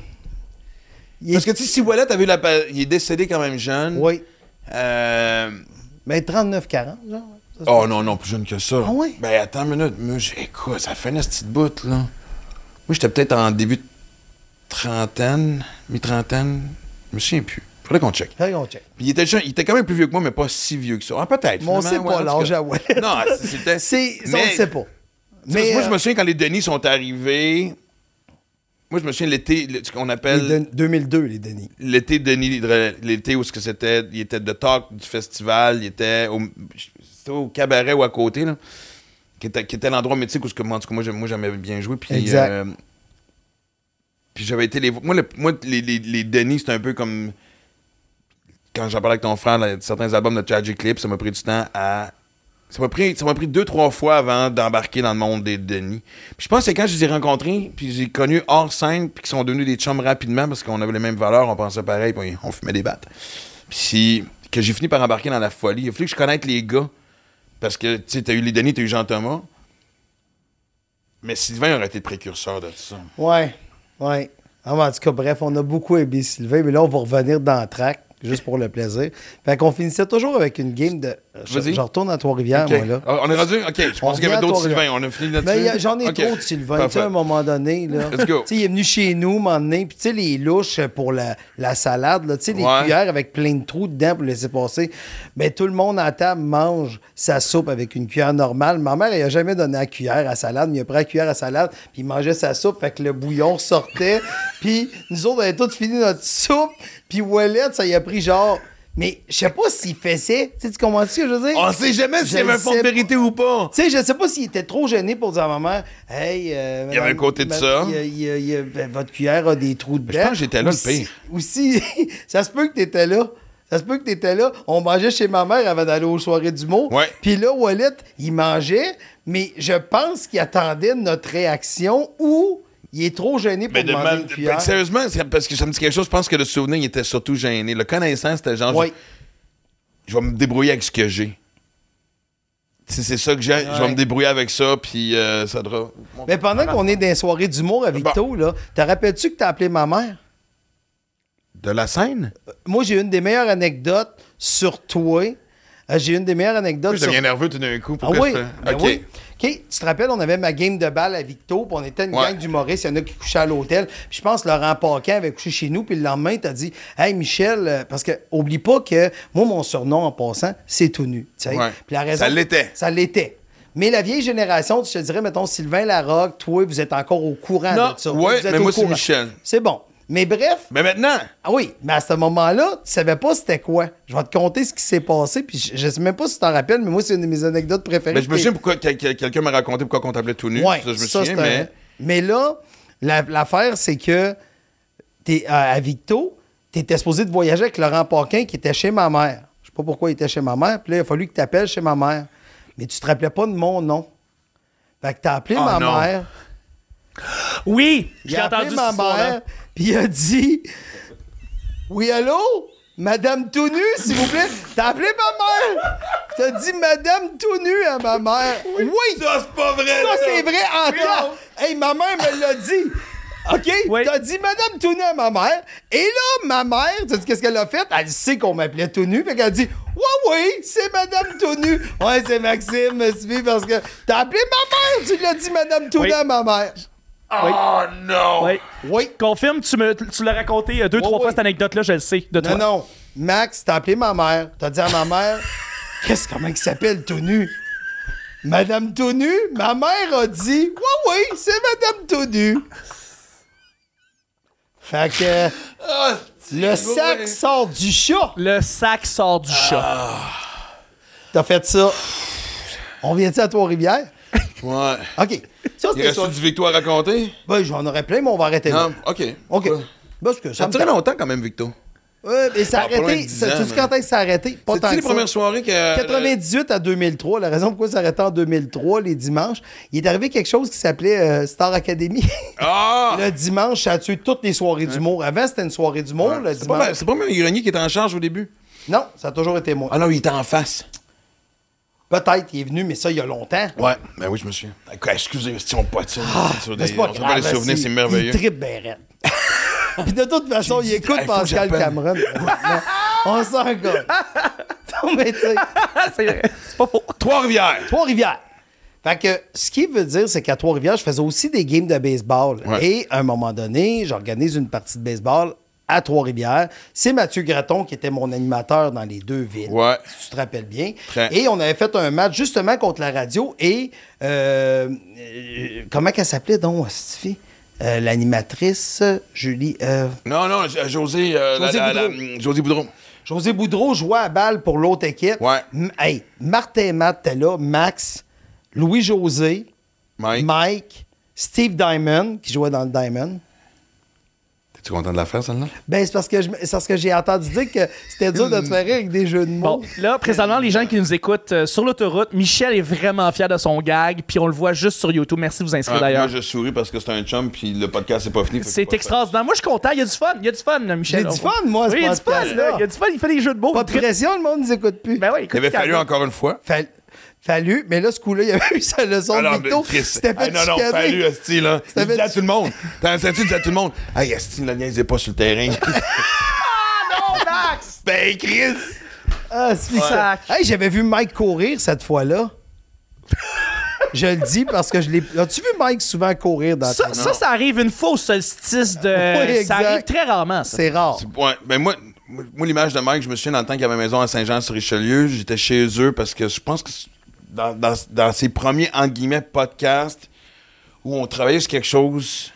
S6: Il est-
S1: Parce que tu sais, si Wallet avait eu la. pa- Il est décédé quand même jeune.
S6: Oui.
S1: Euh,
S6: Mais 39-40, genre. ça, c'est-
S1: Oh non, non, plus jeune que ça.
S6: Ah ouais?
S1: Ben attends une minute. Moi, j'ai- écoute, ça fait une petite bout, là. Moi, j'étais peut-être en début de trentaine, mi-trentaine. Je me souviens plus. Faudrait qu'on check.
S6: Là, on check.
S1: Puis il était, jeune- il était quand même plus vieux que moi, mais pas si vieux que ça. Ah, peut-être.
S6: Mais on sait
S1: finalement,
S6: pas
S1: en tout
S6: l'âge
S1: cas.
S6: à ouais.
S1: Non, c'était.
S6: C'est, ça, on
S1: mais-
S6: le sait pas.
S1: Parce que
S6: Mais
S1: moi, je me
S6: euh,
S1: souviens quand les Denis sont arrivés. Moi, je me souviens l'été, le- ce qu'on appelle
S6: les Den- 2002, les Denis.
S1: l'été Denis, l'été où ce que c'était, il était de talk du festival, il était au, c'était au cabaret ou à côté, là, qui était, qui était l'endroit mythique où ce que, en tout cas, moi, j'aime- moi, j'aimais bien jouer. Puis,
S6: Exact.
S1: euh, puis j'avais été les voir. Moi, le- moi, les, les, les Denis, c'était un peu comme. Quand j'en parlais avec ton frère, là, certains albums de Tragic Clip, ça m'a pris du temps à. Ça m'a pris, ça m'a pris deux, trois fois avant d'embarquer dans le monde des Denis. Puis je pense que c'est quand je les ai rencontrés, puis j'ai connu hors scène, puis qu'ils sont devenus des chums rapidement parce qu'on avait les mêmes valeurs, on pensait pareil, puis on fumait des battes. Puis si- que j'ai fini par embarquer dans la folie. Il a fallu que je connaisse les gars. Parce que, tu sais, t'as eu les Denis, t'as eu Jean-Thomas. Mais Sylvain aurait été le précurseur de tout ça.
S6: Ouais, ouais. Ah, mais en tout cas, bref, on a beaucoup aimé Sylvain, mais là, on va revenir dans le track, juste pour le plaisir. Fait qu'on finissait toujours avec une game de. Je,
S1: Vas-y.
S6: je retourne à Trois-Rivières,
S1: Ok.
S6: moi, là.
S1: Ah, On est rendu? OK. Je
S6: On
S1: pense qu'il y avait
S6: revient à
S1: d'autres
S6: Trois-Rivières.
S1: Sylvain. On a fini là-dessus.
S6: Mais y a- j'en ai
S1: Ok.
S6: trop de Sylvain, tu sais,
S1: Parfait.
S6: à un moment donné. Là.
S1: Let's go.
S6: Tu sais, il est venu chez nous, un moment donné, puis tu sais, les louches pour la, la salade, là, tu sais, les
S1: Ouais.
S6: cuillères avec plein de trous dedans pour laisser passer. Mais tout le monde à table mange sa soupe avec une cuillère normale. Ma mère, elle a jamais donné la cuillère à salade, mais il a pris la cuillère à salade, puis il mangeait sa soupe, fait que le bouillon sortait. puis nous autres, on avait tous fini notre soupe, puis Wallet, ça y a pris genre... Mais je sais pas s'il faisait. Tu sais, tu comprends ce que je veux dire?
S1: On sait jamais s'il y
S6: Je
S1: avait un fond de
S6: sais pas.
S1: vérité ou pas.
S6: Tu sais, je sais pas s'il était trop gêné pour dire à ma mère, hey. euh,
S1: Il y avait un côté de ça.
S6: il y a- il y a- il y a- ben, votre cuillère a des trous dedans.
S1: je pense que j'étais là,
S6: Ou
S1: le
S6: si-
S1: pire.
S6: Ou si, ça se peut que t'étais là. Ça se peut que t'étais là. On mangeait chez ma mère avant d'aller aux soirées du mot.
S1: Ouais.
S6: Puis là, Wallet, il mangeait, mais je pense qu'il attendait notre réaction ou il est trop gêné pour
S1: Mais de
S6: demander
S1: man-
S6: une cuillère.
S1: sérieusement, c'est parce que ça me dit quelque chose. Je pense que le souvenir, il était surtout gêné. Le connaissant, c'était genre,
S6: Ouais.
S1: je, je vais me débrouiller avec ce que j'ai. Si c'est ça que j'ai, je vais me débrouiller avec ça, puis euh, ça devra.
S6: Mais pendant qu'on est dans les soirées d'humour avec
S1: Bon.
S6: Victo, là, te rappelles-tu que t'as appelé ma mère?
S1: De la scène?
S6: moi, j'ai une des meilleures anecdotes sur toi. Euh, j'ai une des meilleures anecdotes
S1: Je
S6: sur
S1: deviens nerveux tout d'un coup.
S6: ah
S1: Pourquoi
S6: oui,
S1: je fais-
S6: ben
S1: OK.
S6: oui. OK, tu te rappelles, on avait ma game de balle à Victo, puis on était une
S1: Ouais.
S6: gang d'humoristes, il y en a qui couchaient à l'hôtel. Puis je pense que Laurent Paquin avait couché chez nous, puis le lendemain, t'as dit Hey Michel, euh, parce que oublie pas que moi, mon surnom en passant, c'est tout nu. tu sais.
S1: Ouais.
S6: Puis la raison-
S1: Ça l'était.
S6: Ça l'était. Mais la vieille génération, je te dirais, mettons, Sylvain Larocque, toi, vous êtes encore au courant
S1: Non,
S6: de ça.
S1: ouais,
S6: Vous êtes
S1: mais
S6: au
S1: moi, c'est
S6: courant.
S1: Michel.
S6: C'est bon. Mais bref,
S1: Mais maintenant, ben,
S6: ah oui, mais à ce moment-là, tu savais pas c'était quoi. Je vais te conter ce qui s'est passé, puis je, je sais même pas si tu t'en rappelles, mais moi, c'est une de mes anecdotes préférées.
S1: ben, je me souviens pourquoi quel- quel- quelqu'un m'a raconté pourquoi on t'appelait tout nu.
S6: Ouais,
S1: ça, je me
S6: ça,
S1: souviens,
S6: c'est un-
S1: mais.
S6: mais là, la- l'affaire, c'est que t'es, euh, à Victo, tu étais supposé de voyager avec Laurent Paquin qui était chez ma mère. Je sais pas pourquoi il était chez ma mère, puis là, il a fallu que tu appelles chez ma mère. Mais tu te rappelais pas de mon nom. Fait que t'as appelé
S1: Oh
S6: ma
S1: non.
S6: mère.
S2: Oui, j'ai
S6: Il a
S2: entendu
S6: appelé ma
S2: ça.
S6: mère, puis il a dit Oui, allô Madame tout nue, s'il vous plaît. T'as appelé ma mère. T'as dit Madame tout nue à ma mère. Oui,
S1: Ça, c'est pas vrai!
S6: ça,
S1: là.
S6: c'est vrai en temps. Hey, ma mère me l'a dit. OK?
S2: Oui.
S6: T'as dit Madame tout nue à ma mère. Et là, ma mère, tu sais qu'est-ce qu'elle a fait? Elle sait qu'on m'appelait tout nu. Fait qu'elle a dit Ouais, oui, c'est Madame tout nue. Ouais, c'est Maxime, me suis parce que t'as appelé ma mère. Tu l'as dit Madame tout
S2: Oui.
S6: nue à ma mère.
S1: Oh non!
S2: Oui.
S6: Oui.
S2: Confirme, tu, me, tu l'as raconté euh, deux, trois
S6: oui.
S2: fois cette anecdote-là, je le sais, de toi.
S6: Non, non. Max, t'as appelé ma mère. T'as dit à ma mère, qu'est-ce, comment il s'appelle, tout nu? Madame tout nu? Ma mère a dit, oui, oui, c'est Madame tout nu. Fait que
S1: Ah,
S6: le sac
S1: ouais.
S6: sort du chat.
S2: Le sac sort du
S1: Ah.
S2: chat.
S6: T'as fait ça. On vient-tu à Trois-Rivières?
S1: Ouais.
S6: OK. Ça,
S1: Il
S6: c'était ça.
S1: reste du victoire à raconter?
S6: Ben, j'en aurais plein, mais on va arrêter là.
S1: Non, OK.
S6: OK. Ben,
S1: Ouais.
S6: Parce que
S1: Ça
S6: ça
S1: me
S6: me
S1: durait longtemps quand même, Victo.
S6: Ouais, mais ça a
S1: Ah, probablement
S6: arrêté.
S1: dix
S6: Ça-
S1: ans,
S6: Tu sais
S1: mais-
S6: quand est-ce que ça a arrêté? Pas tant
S1: C'était les
S6: que ça.
S1: premières soirées que.
S6: 98 à 2003, la raison pourquoi ça arrêtait en 2003, les dimanches, il est arrivé quelque chose qui s'appelait euh, Star Academy.
S1: Ah!
S6: le dimanche, ça a tué toutes les soirées d'humour. Avant, c'était une soirée d'humour, le
S1: C'est pas,
S6: dimanche.
S1: mal- c'est pas même Grenier qui était en charge au début.
S6: Non, ça a toujours été moi.
S1: Ah non, il était en face.
S6: Peut-être, il est venu, mais ça, il y a longtemps.
S1: Ouais, ben oui, je me souviens. Ok, Excusez, si on patine. Sur
S6: Mais
S1: des-
S6: c'est pas
S1: on se
S6: grave,
S1: rappelle les souvenirs,
S6: c'est-
S1: c'est merveilleux.
S6: Il tripe bien raide. Puis de toute façon, il écoute
S1: Hey, faut que
S6: Pascal
S1: j'appelle.
S6: Cameron. Non, on s'en gars. non, mais tu sais,
S2: Ah, c'est, c'est pas faux.
S1: Trois-Rivières!
S6: Trois-Rivières. Fait que ce qui veut dire, c'est qu'à Trois-Rivières, je faisais aussi des games de baseball.
S1: Ouais.
S6: Et à un moment donné, j'organise une partie de baseball à Trois-Rivières. C'est Mathieu Graton qui était mon animateur dans les deux villes.
S1: Ouais.
S6: Si tu te rappelles bien.
S1: Très.
S6: Et on avait fait un match justement contre la radio et euh, euh, comment qu'elle s'appelait donc, cette fille? Euh, l'animatrice Julie. euh,
S1: Non, non, J- José, euh,
S6: José
S1: la- la- la-
S6: Boudreau.
S1: José Boudreau.
S6: José Boudreau jouait à balle pour l'autre équipe.
S1: Ouais.
S6: M- hey, Martin et Matt étaient là, Max, Louis-José,
S1: Mike.
S6: Mike, Steve Diamond, qui jouait dans le Diamond.
S1: T'es-tu content de la faire, celle-là?
S6: Ben, c'est parce que je me- c'est parce que j'ai entendu dire que c'était dur de te faire rire avec des jeux de mots.
S2: Bon, là, présentement, les gens qui nous écoutent euh, sur l'autoroute, Michel est vraiment fier de son gag, puis on le voit juste sur YouTube. Merci de vous inscrire
S1: Ah,
S2: d'ailleurs.
S1: Moi, je souris parce que c'est un chum, puis le podcast, c'est pas fini. fait que
S2: C'est
S1: pas-
S2: extraordinaire. Moi, je suis content. Il y a du fun. Il y a du fun, là, Michel.
S6: J'ai du fun, moi, ce
S2: Oui, il y a du fun,
S6: podcast-là.
S2: là. Il y a du fun. Il fait des jeux de mots.
S6: Pas de
S2: Il-
S6: pression, le monde nous écoute plus.
S2: Ben ouais, écoute,
S1: Il avait fallu
S2: Carlo.
S1: encore une fois.
S6: Fall- Fallu, mais là, ce coup-là, il y avait eu sa leçon de
S1: Alors,
S6: Victo.
S1: Chris,
S6: C'était fait
S1: hey, non, non,
S6: chicaner.
S1: fallu, Asti, là.
S6: C'était
S1: Il
S6: fait
S1: disait à
S6: chi-
S1: tout le monde. T'as senti, il disait à tout le monde. Hey, Asti, la niaise est pas sur le terrain.
S2: Oh, Max!
S1: ben, Chris!
S6: Ah, c'est ça. Hey, j'avais vu Mike courir cette fois-là. je le dis parce que je l'ai. As-tu vu Mike souvent courir dans
S2: Ça,
S6: ta-
S2: ça, ça arrive une fausse solstice de.
S6: Oui,
S2: ça
S6: exact.
S2: arrive très rarement, ça.
S6: C'est rare.
S1: Ouais, ben moi, moi l'image de Mike, je me souviens dans le temps qu'il y avait maison à Saint-Jean-sur-Richelieu, j'étais chez eux parce que je pense que c'est dans, dans, dans ses premiers, entre guillemets, podcasts où on travaillait sur quelque chose,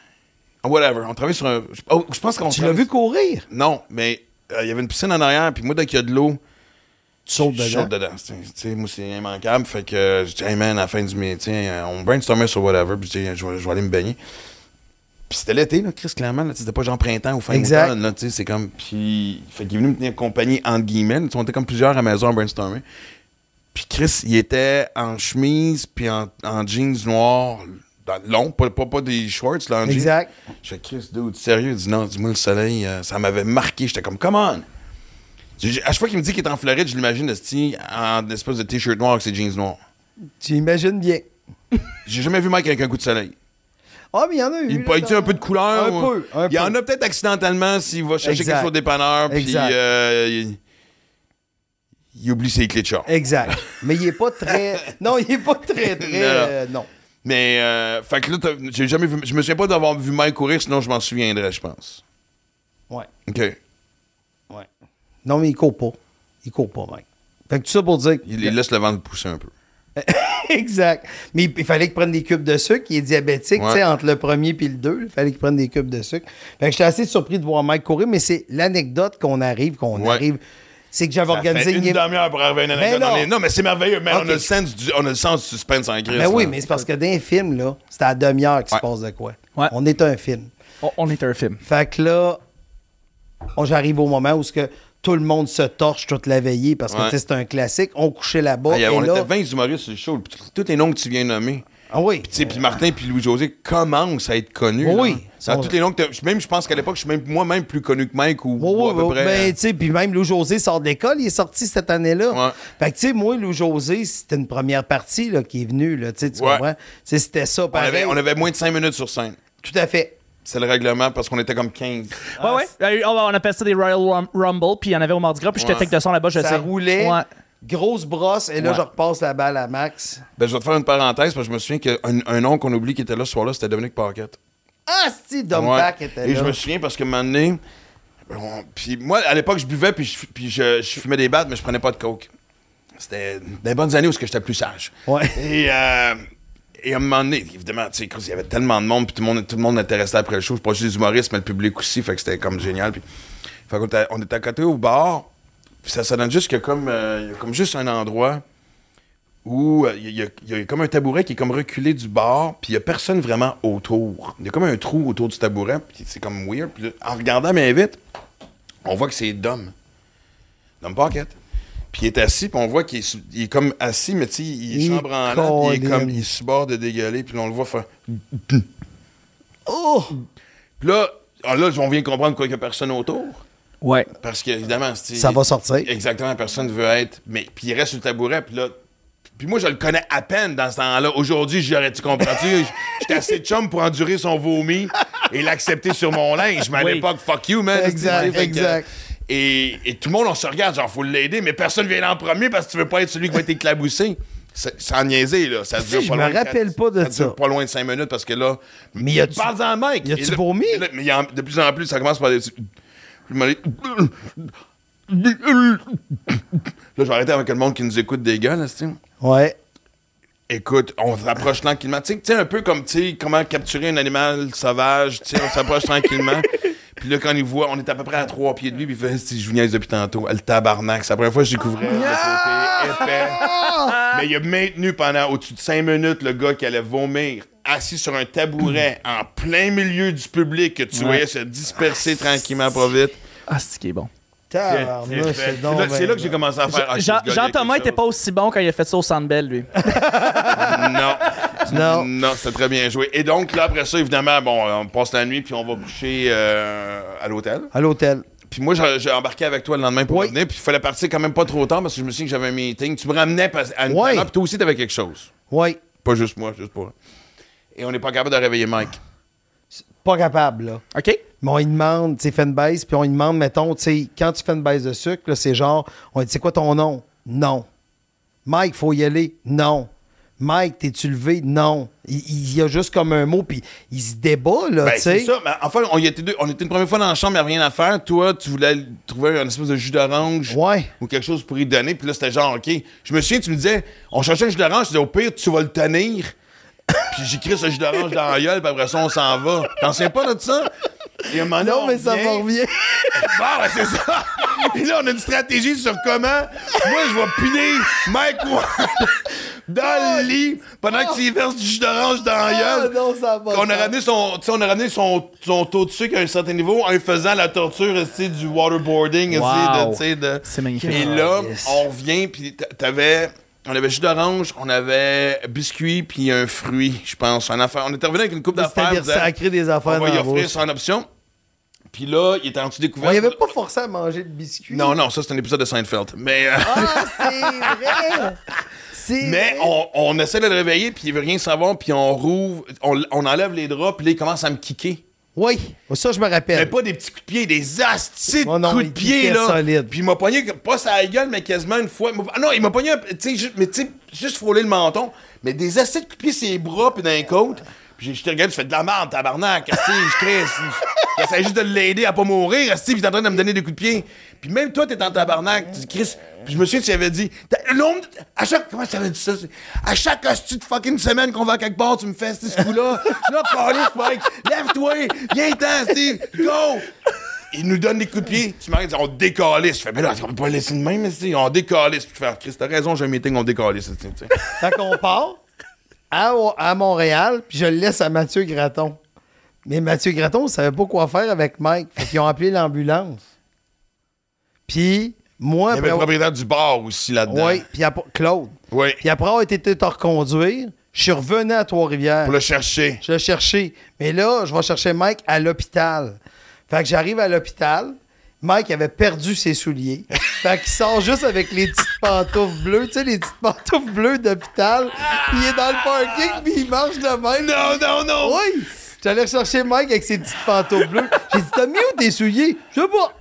S1: whatever, on travaillait sur un... je- oh, je pense qu'on
S6: Tu l'as vu courir?
S1: Non, mais euh, il y avait une piscine en arrière, puis moi, dès qu'il y a de l'eau,
S6: Tu sautes
S1: je saute dedans. Tu sais, moi, c'est immanquable. Fait que euh, je dis, hey man, à la fin du métier, euh, on brainstormait sur whatever, puis je dis, je vais, je vais aller me baigner. Puis c'était l'été, là, Chris, clairement, là, tu sais, c'était pas genre printemps ou fin
S6: Exact.
S1: automne, là, tu sais, c'est comme, puis, fait qu'il est venu me tenir compagnie, entre guillemets, tu sais, on était comme plusieurs à la maison à brainstormer. Puis Chris, il était en chemise, puis en, en jeans noirs, dans- long, pas, pas, pas des shorts, là, en jeans.
S6: Exact.
S1: Je fais, Chris, dude, sérieux, il dit non, dis-moi le soleil, euh, ça m'avait marqué. J'étais comme, come on! J'ai- j'ai- À chaque fois qu'il me dit qu'il est en Floride, je l'imagine, esti, en espèce de t-shirt noir avec ses jeans noirs.
S6: Tu imagines bien.
S1: J'ai jamais vu Mike avec un coup de soleil.
S6: Ah, mais il y en a eu.
S1: Il
S6: là,
S1: peut être
S6: dans-
S1: un peu de couleur.
S6: Un
S1: ou-
S6: peu, un
S1: il y en
S6: peu.
S1: a peut-être accidentellement s'il va chercher
S6: Exact.
S1: quelque chose au dépanneur, puis
S6: Exact.
S1: euh, il... il oublie ses clés de char.
S6: Exact. Mais il est pas très. Non, il est pas très, très. euh, Non.
S1: Mais, euh, fait que là, t'as- j'ai jamais vu, je me souviens pas d'avoir vu Mike courir, sinon je m'en souviendrais, je pense.
S6: Ouais.
S1: OK.
S6: Ouais. Non, mais il court pas. Il court pas, Mike. Fait que tout ça pour dire. que-
S1: Il il laisse le ventre pousser un peu.
S6: exact. Mais il, il fallait qu'il prenne des cubes de sucre. Il est diabétique,
S1: Ouais.
S6: tu sais, entre le premier puis le deux. Il fallait qu'il prenne des cubes de sucre. Fait que j'étais assez surpris de voir Mike courir, mais c'est l'anecdote qu'on arrive, qu'on
S1: Ouais.
S6: arrive. C'est que j'avais
S1: Ça fait
S6: organisé
S1: Ben, une
S6: game-
S1: demi-heure pour arriver à une anecdote.
S6: Ben non.
S1: On est- non, mais c'est merveilleux. Mais
S6: Ok.
S1: Ben, on, a le sens du, on a le sens du suspense en crise.
S6: Ben oui,
S1: là.
S6: mais c'est parce que dans un film, là, c'est à la demi-heure qu'il
S1: Ouais.
S6: se passe de quoi.
S2: Ouais.
S6: On est un film.
S2: On, on est un film.
S6: Fait que là, on- j'arrive au moment où ce que tout le monde se torche toute la veillée parce que
S1: Ouais.
S6: tu sais, c'est un classique. On couchait là-bas.
S1: Ah, y a-
S6: et
S1: on
S6: là,
S1: était 20 humoristes sur le show. puis Tous les noms que tu viens de nommer.
S6: Ah oui.
S1: Puis, tu sais, puis Martin puis Louis-José commencent à être connus. là.
S6: Oui.
S1: Dans
S6: On-
S1: tous les noms que t'as- Même, je pense qu'à l'époque, je suis même moi-même plus connu que Mike ou,
S6: Oui,
S1: ou
S6: oui,
S1: à peu
S6: oui.
S1: près.
S6: Ben, tu sais, puis même Lou José sort de l'école, il est sorti cette année-là.
S1: Ouais.
S6: Fait que, tu sais, moi, Lou José, c'était une première partie là, qui est venue, là, tu sais, tu
S1: Ouais.
S6: comprends? Tu sais, c'était ça,
S1: on,
S6: pareil.
S1: avait, on avait moins de 5 minutes sur scène.
S6: Tout à fait.
S1: C'est le règlement parce qu'on était comme 15.
S6: Ah,
S2: ouais, ouais. Euh, on- On appelle ça des Royal Rum- Rumble, puis il y en avait au Mardi Gras, puis j'étais
S1: Ouais.
S2: tech de son là-bas, je sais.
S6: Ça roulait,
S2: Ouais.
S6: grosse brosse, et là,
S2: Ouais.
S6: je repasse la balle à Max.
S1: Ben, je vais te faire une parenthèse parce que je me souviens qu'un un nom qu'on oublie qui était là ce soir-là, c'était Dominique Paquette.
S6: Ah, si,
S1: Ouais.
S6: Dumbback était là.
S1: Et je me souviens parce que un moment donné, on- puis moi, à l'époque, je buvais, puis je, puis je, je fumais des battes, mais je prenais pas de coke. C'était des bonnes années où est-ce que j'étais plus sage.
S6: Ouais.
S1: Et, euh, et à un moment donné, évidemment, tu sais, Chris, il y avait tellement de monde, puis tout le monde, tout le monde intéressé après le show. Je pas juste des humoristes, mais le public aussi, fait que c'était comme génial. Puis, fait qu'on était, on était à côté au bar, puis ça, ça donne juste que comme, euh, il y a comme juste un endroit où euh, il y, a- il y a comme un tabouret qui est comme reculé du bord, puis il n'y a personne vraiment autour. Il y a comme un trou autour du tabouret, puis c'est comme weird. Puis là, en regardant bien vite, on voit que c'est Dom. Dom Pocket. Puis il est assis, puis on voit qu'il est, sou- il est comme assis, mais tu sais, il est
S6: Il
S1: chambre en l'air, puis il est
S6: colline.
S1: comme, il est sur le bord de dégueuler, puis là, on le voit faire...
S6: Oh!
S1: Puis là, ah, là, on vient comprendre quoi qu'il n'y a personne autour.
S2: Ouais.
S1: Parce que, évidemment, c'est-
S6: Ça va sortir.
S1: Exactement, personne veut être. Mais puis il reste sur le tabouret, puis là. Puis moi, je le connais à peine dans ce temps-là. Aujourd'hui, j'aurais, tu comprends-tu? J'étais assez chum pour endurer son vomi et l'accepter sur mon linge. Mais à
S2: Oui.
S1: l'époque, fuck you, man. Fait
S6: Exact,
S1: que- euh,
S6: exact.
S1: Et, et tout le monde, on se regarde, genre, faut l'aider, mais personne vient en premier parce que tu veux pas être celui qui va être éclaboussé. C'est- Sans niaiser, là. Ça
S6: Si,
S1: dure
S6: je
S1: pas
S6: me
S1: loin de
S6: rappelle
S1: quatre-
S6: pas de
S1: dure
S6: ça.
S1: pas loin de 5 minutes parce que là.
S6: Mais y a-tu-
S1: Parle en mic.
S6: y a-tu
S1: Et là-
S6: vomi?
S1: et là- Mais y en- de plus en plus, ça commence par des. Puis je me dis- Là, je vais arrêter avec le monde qui nous écoute des gars, là, c'est-
S6: Ouais.
S1: Écoute, on s'approche tranquillement. Tu sais- tu sais, un peu comme, tu sais, comment capturer un animal sauvage, tu sais, on s'approche tranquillement. Puis là, quand il voit, on est à peu près à trois pieds de lui, puis il fait, si je vous niaise depuis tantôt, le tabarnak. C'est la première fois que je découvrais le côté épais. Mais il a maintenu pendant au-dessus de cinq minutes le gars qui allait vomir, assis sur un tabouret, en plein milieu du public que tu voyais se disperser tranquillement pas vite.
S2: Ah, c'est qui est bon. Ah,
S6: Tabarnouche,
S1: C'est
S6: c'est donc
S1: là, c'est
S6: ben-
S1: là que j'ai commencé à faire. Ah,
S2: Jean-
S1: ce gars-là, il y a
S2: Jean-Thomas
S1: quelque
S2: était pas aussi bon quand il a fait ça au Sandbell, lui.
S1: Non.
S6: Non.
S1: Non, c'était très bien joué. Et donc, là, après ça, évidemment, bon, on passe la nuit, puis on va coucher euh, à l'hôtel.
S6: À l'hôtel.
S1: Puis moi, j'ai j'ai embarqué avec toi le lendemain pour
S6: Oui.
S1: revenir, puis il fallait partir quand même pas trop tard, parce que je me suis dit que j'avais un meeting. Tu me ramenais pas- à une
S6: Oui.
S1: heure, puis toi aussi, t'avais quelque chose.
S6: Ouais.
S1: Pas juste moi, juste pour... Et on n'est pas capable de réveiller Mike.
S6: Pas capable, là.
S2: OK?
S6: Mais on lui demande, tu sais, fais une baisse, puis on lui demande, mettons, tu sais, quand tu fais une baisse de sucre, là, c'est genre, on lui dit, c'est quoi ton nom? Non. Mike, faut y aller? Non. Mike, t'es-tu levé? Non. Il, il y a juste comme un mot, puis il se débat, là,
S1: Ben,
S6: tu
S1: c'est
S6: sais.
S1: ça. mais enfin, on y était deux. On était une première fois dans la chambre, il n'y avait rien à faire. Toi, tu voulais aller trouver un espèce de jus d'orange
S6: Ouais.
S1: ou quelque chose pour y donner. Puis là, c'était genre, OK. Je me souviens, tu me disais, on cherchait un jus d'orange. Je disais, au pire, tu vas le tenir. Puis j'écris ce jus d'orange dans la gueule, puis après ça, on s'en va. T'en sais pas de ça? Et à un moment donné,
S6: Non,
S1: on
S6: mais ça
S1: revient.
S6: m'en revient.
S1: Bon, ben, c'est ça. Et là, on a une stratégie sur comment. Moi, je vais punir Mike Ward dans le lit pendant que tu verses du jus d'orange dans la
S6: Ah,
S1: gueule.
S6: non, ça va.
S1: On a ramené son, tu sais, on a ramené son, son taux de sucre à un certain niveau en lui faisant la torture tu sais, du waterboarding. tu sais, de-
S2: Wow.
S1: tu sais, de-
S2: C'est magnifique.
S1: Et là,
S6: yes.
S1: on revient, puis t- t'avais. On avait jus d'orange, on avait biscuit, puis un fruit, je pense. Un affaire. On était revenu avec une coupe d'affaires.
S6: C'est-à-dire
S1: disant,
S6: sacrer des
S1: On
S6: affaires dans
S1: va y
S6: la
S1: offrir
S6: bouche.
S1: son option. Puis là, il était en dessous découvert.
S6: On y avait pas forcé à manger de biscuits.
S1: Non, non, ça, c'est un épisode de Seinfeld. Mais. euh,
S6: Ah, c'est vrai! C'est
S1: Mais
S6: vrai.
S1: on, on essaie de le réveiller, puis il veut rien savoir, puis on rouvre, on, on enlève les draps, puis là, il commence à me kicker.
S6: Oui, ça, je me
S1: Mais
S6: rappelle.
S1: pas des petits coups de pied, des astis de
S6: Oh non,
S1: coups de
S6: il
S1: pied,
S6: kickait
S1: là.
S6: solide.
S1: Puis il m'a pogné, que- pas sa gueule, mais quasiment une fois. Il m'a- Ah non, il m'a pogné, un- tu sais, juste, mais tu sais, juste frôler le menton, mais des astis de coups de pied, ses bras, puis dans les côtes. Puis j'ai- je te regarde, je fais de la merde, tabarnak, asti, je crisse. J'essaie juste de l'aider à pas mourir, asti, puis t'es en train de me donner des coups de pied. Puis même toi, t'es en tabarnak, tu dis, Chris. Puis je me souviens, tu avais dit, T'as- l'homme, à chaque, comment ça avait dit ça? c'est- À chaque hostie de fucking semaine qu'on va quelque part, tu me fais asti, ce coup-là. Là, parlez, Mike, lève-toi, viens-t'en, asti, go! Il nous donne des coups de pied. Tu m'arrêtes, on décalisse. Je fais, mais là, on peut pas le laisser de même, esti. on décalisse. Puis je fais, Chris, t'as raison, j'ai un meeting, on décalisse. esti, tu sais.
S6: Fait qu'on part à, à Montréal, puis je le laisse à Mathieu Graton. Mais Mathieu Graton, ne savait pas quoi faire avec Mike. Fait qu'ils ont appelé l'ambulance. Puis moi,
S1: Il y avait
S6: après,
S1: le propriétaire du bar aussi là-dedans.
S6: ben, ouais, puis après- Claude.
S1: Oui.
S6: Puis après avoir été te reconduire, je suis revenu à Trois-Rivières.
S1: Pour le chercher.
S6: Je le cherchais. Mais là, je vais chercher Mike à l'hôpital. Fait que j'arrive à l'hôpital. Mike avait perdu ses souliers. Fait qu'il sort juste avec les petites pantoufles bleues. Tu sais, les petites pantoufles bleues d'hôpital. Puis il est dans le parking, puis il marche de même.
S1: Non, non, non!
S6: Oui! J'allais chercher Mike avec ses petites pantoufles bleues. J'ai dit, t'as mis où tes souliers? Je sais pas.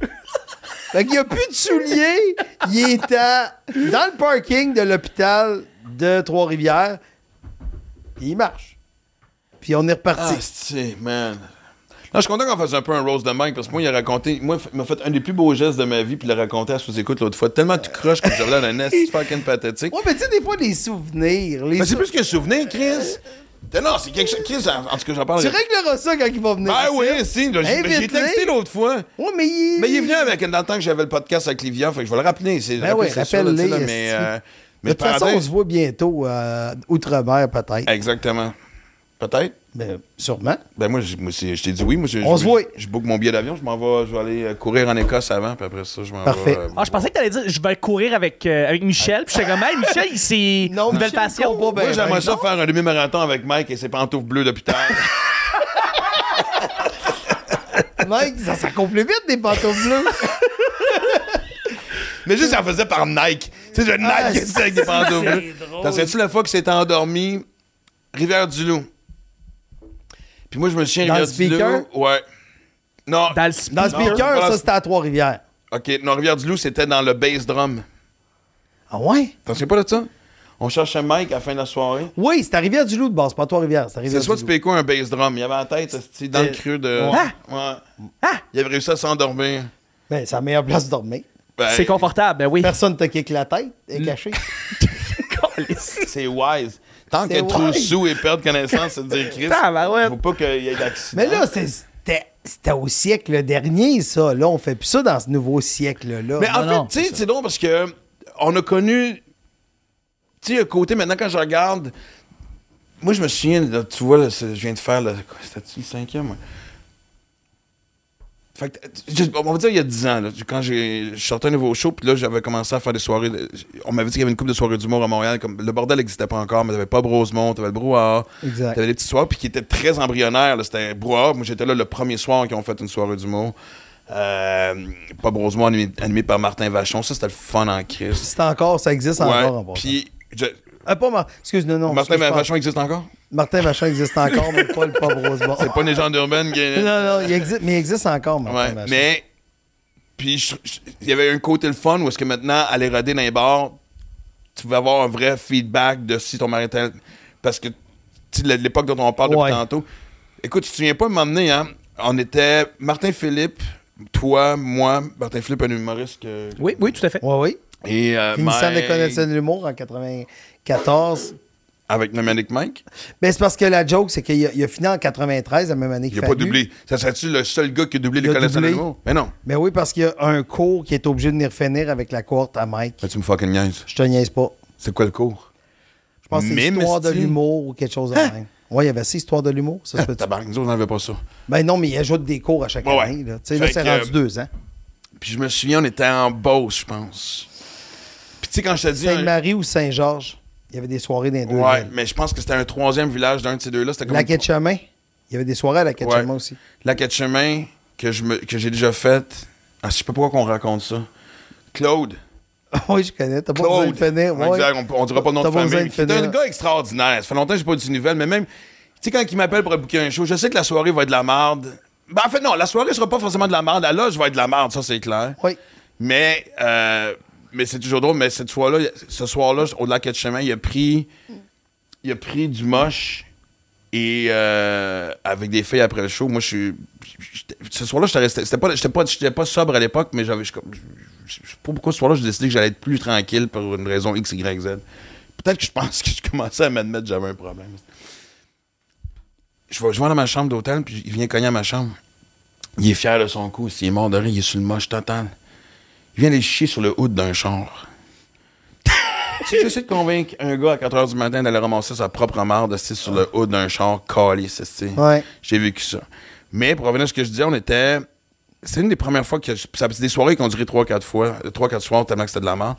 S6: Fait qu'il n'y a plus de souliers. Il est à- dans le parking de l'hôpital de Trois-Rivières. Puis il marche. Puis on est reparti.
S1: Ah, Asti, man. Non, je suis content qu'on fasse un peu un rose de Mike parce que moi, il a raconté. Moi, il m'a fait un des plus beaux gestes de ma vie, puis il l'a raconté à sous-écoute l'autre fois. Tellement tu croches que j'avais l'air d'un esti fucking pathétique.
S6: ouais, mais tu sais, des fois, les souvenirs. Les
S1: Mais Ben, c'est
S6: sou-
S1: plus qu'un souvenir, Chris. Non, non, c'est quelque chose. Chris, en en tout cas, j'en parle.
S6: Tu régleras ça quand il va venir.
S1: Ah
S6: ici.
S1: oui, si. là, j'ai- J'ai
S6: Invite-les.
S1: texté l'autre fois.
S6: Ouais, mais il.
S1: Mais il est venu avec, dans le temps que j'avais le podcast avec Livia, fait que je vais le rappeler. c'est-
S6: Ben oui,
S1: c'est sûr, là, tu sais, là,
S6: rappelle-les,
S1: Mais,
S6: esti.
S1: euh, mais
S6: De toute façon,
S1: parenthèse-
S6: on se voit bientôt euh, outre-mer, peut-être.
S1: Exactement. Peut-être.
S6: Ben, sûrement.
S1: Ben moi, je, moi, c'est- je t'ai dit oui. Moi, je,
S6: On
S1: je-
S6: se voit.
S1: Je book mon billet d'avion, je m'en vais, je vais aller euh, courir en Écosse avant, puis après ça, je m'en
S6: Parfait.
S1: vais. euh,
S2: Ah, je pensais que t'allais dire, je vais courir avec, euh, avec Michel. Puis j'étais comme, hey, Michel, il s'est.
S6: Non,
S2: une belle
S6: Michel,
S2: passion.
S6: il court pas ben,
S1: moi, j'aimerais
S6: ben,
S1: ça faire un demi-marathon avec Mike et ses pantoufles bleues d'hôpital.
S6: Mike, ça s'accomplit vite, des pantoufles bleues.
S1: mais juste, ça faisait par Nike. Tu sais, je
S6: Ah,
S1: Nike avec des pantoufles bleues. T'en sais-tu la fois que s'est endormi Rivière-du-Loup? Puis moi, je me souviens,
S6: Dans le
S1: Rivière-du-Loup.
S6: speaker?
S1: Ouais. Non,
S2: Dans le speed.
S6: Dans le
S1: Non,
S6: speaker,
S1: pas dans-
S6: ça, c'était à Trois-Rivières.
S1: OK, non, Rivière-du-Loup, c'était dans le bass drum.
S6: Ah ouais?
S1: T'en sais pas de ça? On cherchait Mike à la fin de la soirée.
S6: Oui, c'est à Rivière-du-Loup de base, pas à Trois-Rivières. C'est à
S1: C'est soit tu
S6: Rivière-du-Loup.
S1: péco un bass drum. Il avait la tête esti, dans le creux de.
S2: Ah!
S1: Ouais.
S2: Ah!
S1: Il avait réussi à s'endormir.
S6: Ben, c'est la meilleure place de dormir.
S1: Ben,
S2: C'est confortable, ben oui.
S6: Personne te kick la tête, est caché.
S1: C'est wise. Tant
S6: C'est
S1: que trop
S6: wise.
S1: sous et perdre connaissance, c'est de dire Chris.
S2: Tabarouette.
S1: Faut pas qu'il y ait d'accident.
S6: Mais là, c'est- c'était c'était au siècle dernier, ça. Là, on fait plus ça dans ce nouveau siècle-là.
S1: Mais en
S2: non, non,
S1: fait, tu sais, c'est drôle parce que on a connu. Tu sais, un côté, maintenant, quand je regarde. Moi, je me souviens, là, tu vois, là, c'est- je viens de faire. là, quoi, C'était-tu le cinquième? ouais? Fait que, je- on va dire il y a 10 ans, là, quand j'ai je sortais un nouveau show, puis là, j'avais commencé à faire des soirées. de- On m'avait dit qu'il y avait une couple de soirées d'humour à Montréal. Comme, le bordel n'existait pas encore, mais t'avais pas Brosemont, t'avais le Brouhaha.
S6: Exact.
S1: T'avais des petites soirées, puis qui étaient très embryonnaires. là, C'était Brouhaha. Moi, j'étais là le premier soir qu'ils ont fait une soirée d'humour. Euh, pas Brosemont, animé, animé par Martin Vachon. Ça, c'était le fun en Christ.
S6: C'est encore, ça existe encore en
S1: Ouais,
S6: passant.
S1: puis. je-
S6: Ah, pas Mar- Excuse, non, non.
S1: Martin
S6: excuse, je pense-
S1: Vachon existe encore?
S6: Martin Vachon existe encore, mais pas le pauvre Rosebon.
S1: C'est pas une légende urbaine qui.
S6: Non, non, il existe, mais il existe encore, Martin
S1: Ouais,
S6: Vachon.
S1: mais puis je- je- il y avait un côté le fun où est-ce que maintenant aller roder dans les bars, tu pouvais avoir un vrai feedback de si ton mari était parce que tu sais, de l'époque dont on parle
S6: Ouais.
S1: depuis tantôt. Écoute, tu te souviens pas m'emmener hein, on était Martin Philippe, toi, moi, Martin Philippe un humoriste que
S2: Oui, oui, tout à fait.
S6: Oui, oui.
S1: et euh,
S6: Finissant
S1: Mike-
S6: de connaître de l'humour en 94.
S1: avec Nomadic Mike,
S6: Ben, c'est parce que la joke, c'est qu'il a, il a fini en 93, la même année qu'il
S1: il a pas doublé. Ça serait-tu le seul gars qui a doublé
S6: Il
S1: les
S6: a
S1: connaissances de
S6: doublé.
S1: l'humour? Mais non.
S6: Mais Ben oui, parce qu'il y a un cours qui est obligé de venir finir avec la courte à Mike.
S1: Mais tu me fucking niaises.
S6: Je te niaise pas.
S1: C'est quoi le cours?
S6: Je pense que c'est
S1: Mime,
S6: histoire de
S1: est-ce-tu?
S6: l'humour ou quelque chose de même. Ouais, il y avait six histoires de l'humour, ça se peut
S1: Hein? Ah, Tabarnak, nous autres, on n'avait pas ça.
S6: Ben non, mais il ajoute des cours à chaque
S1: Ouais, ouais.
S6: année. Là, Tu sais, là
S1: Fait
S6: c'est
S1: que- euh,
S6: rendu deux ans.
S1: Puis je me souviens, on était en Beauce, je pense. Puis tu sais, quand je te dis. un-
S6: Sainte-Marie ou Saint-Georges, il y avait des soirées dans les deux.
S1: Ouais,
S6: villes.
S1: mais je pense que c'était un troisième village d'un de ces deux-là. C'était comme.
S6: La Quête-Chemin, il y avait des soirées à la Quête-Chemin
S1: Ouais.
S6: aussi.
S1: La quête chemin que je me- que j'ai déjà faite. Ah, je sais pas pourquoi qu'on raconte ça. Claude.
S6: oui, je connais. T'as pas besoin
S1: Claude.
S6: de finir.
S1: Ouais,
S6: ouais.
S1: exact, on, on dira pas le nom
S6: T'as
S1: de
S6: pas besoin
S1: famille.
S6: de
S1: C'est
S6: finir.
S1: un gars extraordinaire. Ça fait longtemps que j'ai pas eu de nouvelles, mais même. Tu sais, quand il m'appelle pour booker un show, je sais que la soirée va être de la merde. Ben, en fait, non, la soirée sera pas forcément de la merde. La loge va être de la merde, ça, c'est clair.
S6: Oui.
S1: Mais, euh, mais c'est toujours drôle. Mais cette fois-là, ce soir-là, au-delà de chemin, il a pris, il a pris du moche et euh, avec des filles après le show. Moi, je suis. j'étais- Ce soir-là, j'étais resté- c'était pas, j'étais pas, j'étais pas sobre à l'époque, mais j'avais. Je je- je sais pas pourquoi ce soir-là, j'ai décidé que j'allais être plus tranquille pour une raison X, Y, Z. Peut-être que je pense que je commençais à m'admettre que j'avais un problème. Je vais, je vais dans ma chambre d'hôtel, puis il vient cogner à ma chambre. Il est fier de son coup. Il est mort de rire, il est sur le moche total. Il vient les chier sur le hood d'un char. si j'essaie de convaincre un gars à 4h du matin d'aller ramasser sa propre marde assise sur le hood d'un char, calé, c'est c'est-
S6: Ouais.
S1: J'ai vécu ça. Mais pour revenir à ce que je disais, on était. C'est une des premières fois que. je- ça- C'est des soirées qui ont duré 3-4 fois, 3-4 soirs tellement que c'était de la merde.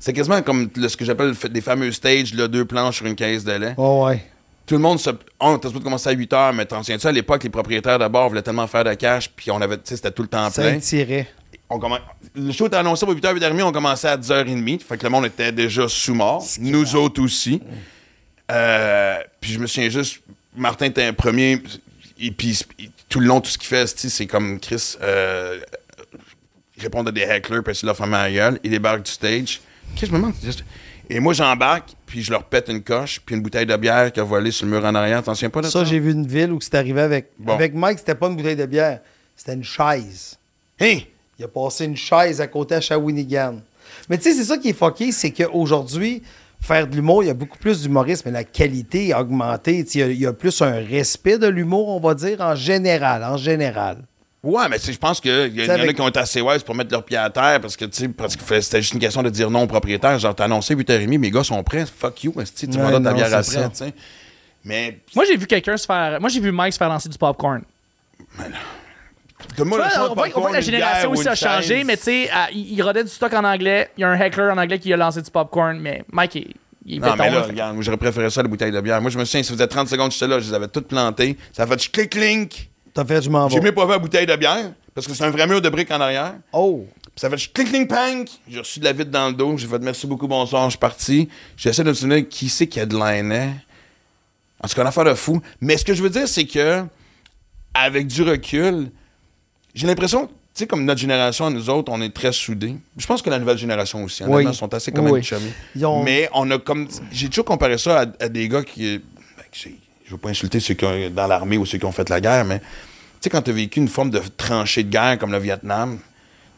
S1: C'est quasiment comme le- ce que j'appelle le fait- des fameux stages, là, deux planches sur une caisse de lait.
S6: Ouais, ouais.
S1: Tout le monde se. On était supposé commencer à 8 h, mais t'en souviens-tu, à l'époque, les propriétaires d'abord voulaient tellement faire de cash, puis on avait. Tu sais, c'était tout le temps plein
S6: Saint-Tiré.
S1: on commen- Le show était annoncé pour 8h30, on commençait à 10h30. Fait que le monde était déjà sous mort. Nous autres aussi. Euh, puis je me souviens juste, Martin était un premier. Et puis il- tout le long, tout ce qu'il fait, c'est c'est comme Chris euh, répondre à des hecklers parce qu'il leur fait mal à la gueule. Il débarque du stage. Qu'est-ce que je me demande? Juste- Et moi, j'embarque, puis je leur pète une coche, puis une bouteille de bière qui a volé sur le mur en arrière. T'en souviens pas de ça?
S6: Ça, j'ai vu une ville où c'est arrivé avec.
S1: Bon.
S6: Avec Mike, c'était pas une bouteille de bière, c'était une chaise.
S1: Hein?
S6: Il a passé une chaise à côté à Shawinigan. Mais tu sais, c'est ça qui est fucké, c'est qu'aujourd'hui, faire de l'humour, il y a beaucoup plus d'humorisme, mais la qualité a augmenté. Tu sais, Il y, a- il y a plus un respect de l'humour, on va dire, en général. En général.
S1: Ouais, mais tu sais, je pense qu'il y, a- y en a
S6: avec-
S1: qui ont été assez wise pour mettre leurs pieds à terre parce que, tu sais, parce que fait- c'était juste une question de dire non au propriétaire. Genre, t'as annoncé 8h30, mes gars sont prêts, fuck you, esti, tu
S6: Ouais,
S1: m'en donnes ta
S6: non,
S1: bière après,
S6: c'est ça.
S1: tu sais. Mais,
S2: Moi, j'ai vu quelqu'un se faire. Moi, j'ai vu Mike se faire lancer du popcorn.
S1: donne-moi le
S2: Tu
S1: choix
S2: vois,
S1: de
S2: on, voit, on
S1: popcorn,
S2: voit que la
S1: une bière
S2: génération
S1: ou
S2: aussi
S1: une
S2: a changé,
S1: chaise.
S2: mais tu sais, à- il, il rodait du stock en anglais. Il y a un heckler en anglais qui a lancé du popcorn, mais Mike, il, il est
S1: Non,
S2: béton,
S1: mais là,
S2: là, fait-
S1: regarde, moi, j'aurais préféré ça, les bouteilles de bière. Moi, je me souviens, ça faisait 30 secondes que j'étais là, je les avais toutes plantées. Ça a fait clic-clic.
S6: T'as fait, je m'en
S1: J'ai
S6: vais.
S1: même pas vu la bouteille de bière parce que c'est un vrai mur de briques en arrière.
S6: Oh!
S1: Puis ça fait clic cling pang. J'ai reçu de la vide dans le dos. J'ai fait merci beaucoup, bonsoir, je suis parti. J'essaie de me souvenir qui c'est qui a de l'aîné. En tout cas, une affaire de fou. Mais ce que je veux dire, c'est que, avec du recul, j'ai l'impression sais, comme notre génération, nous autres, on est très soudés. Je pense que la nouvelle génération aussi.
S6: Oui.
S1: honnêtement, Ils sont assez comme
S6: Oui.
S1: un chummy.
S6: Ils ont-
S1: Mais on a comme. J'ai toujours comparé ça à, à des gars qui. ben, que j'ai- je veux pas insulter ceux qui ont dans l'armée ou ceux qui ont fait la guerre, mais tu sais, quand tu as vécu une forme de tranchée de guerre comme le Vietnam,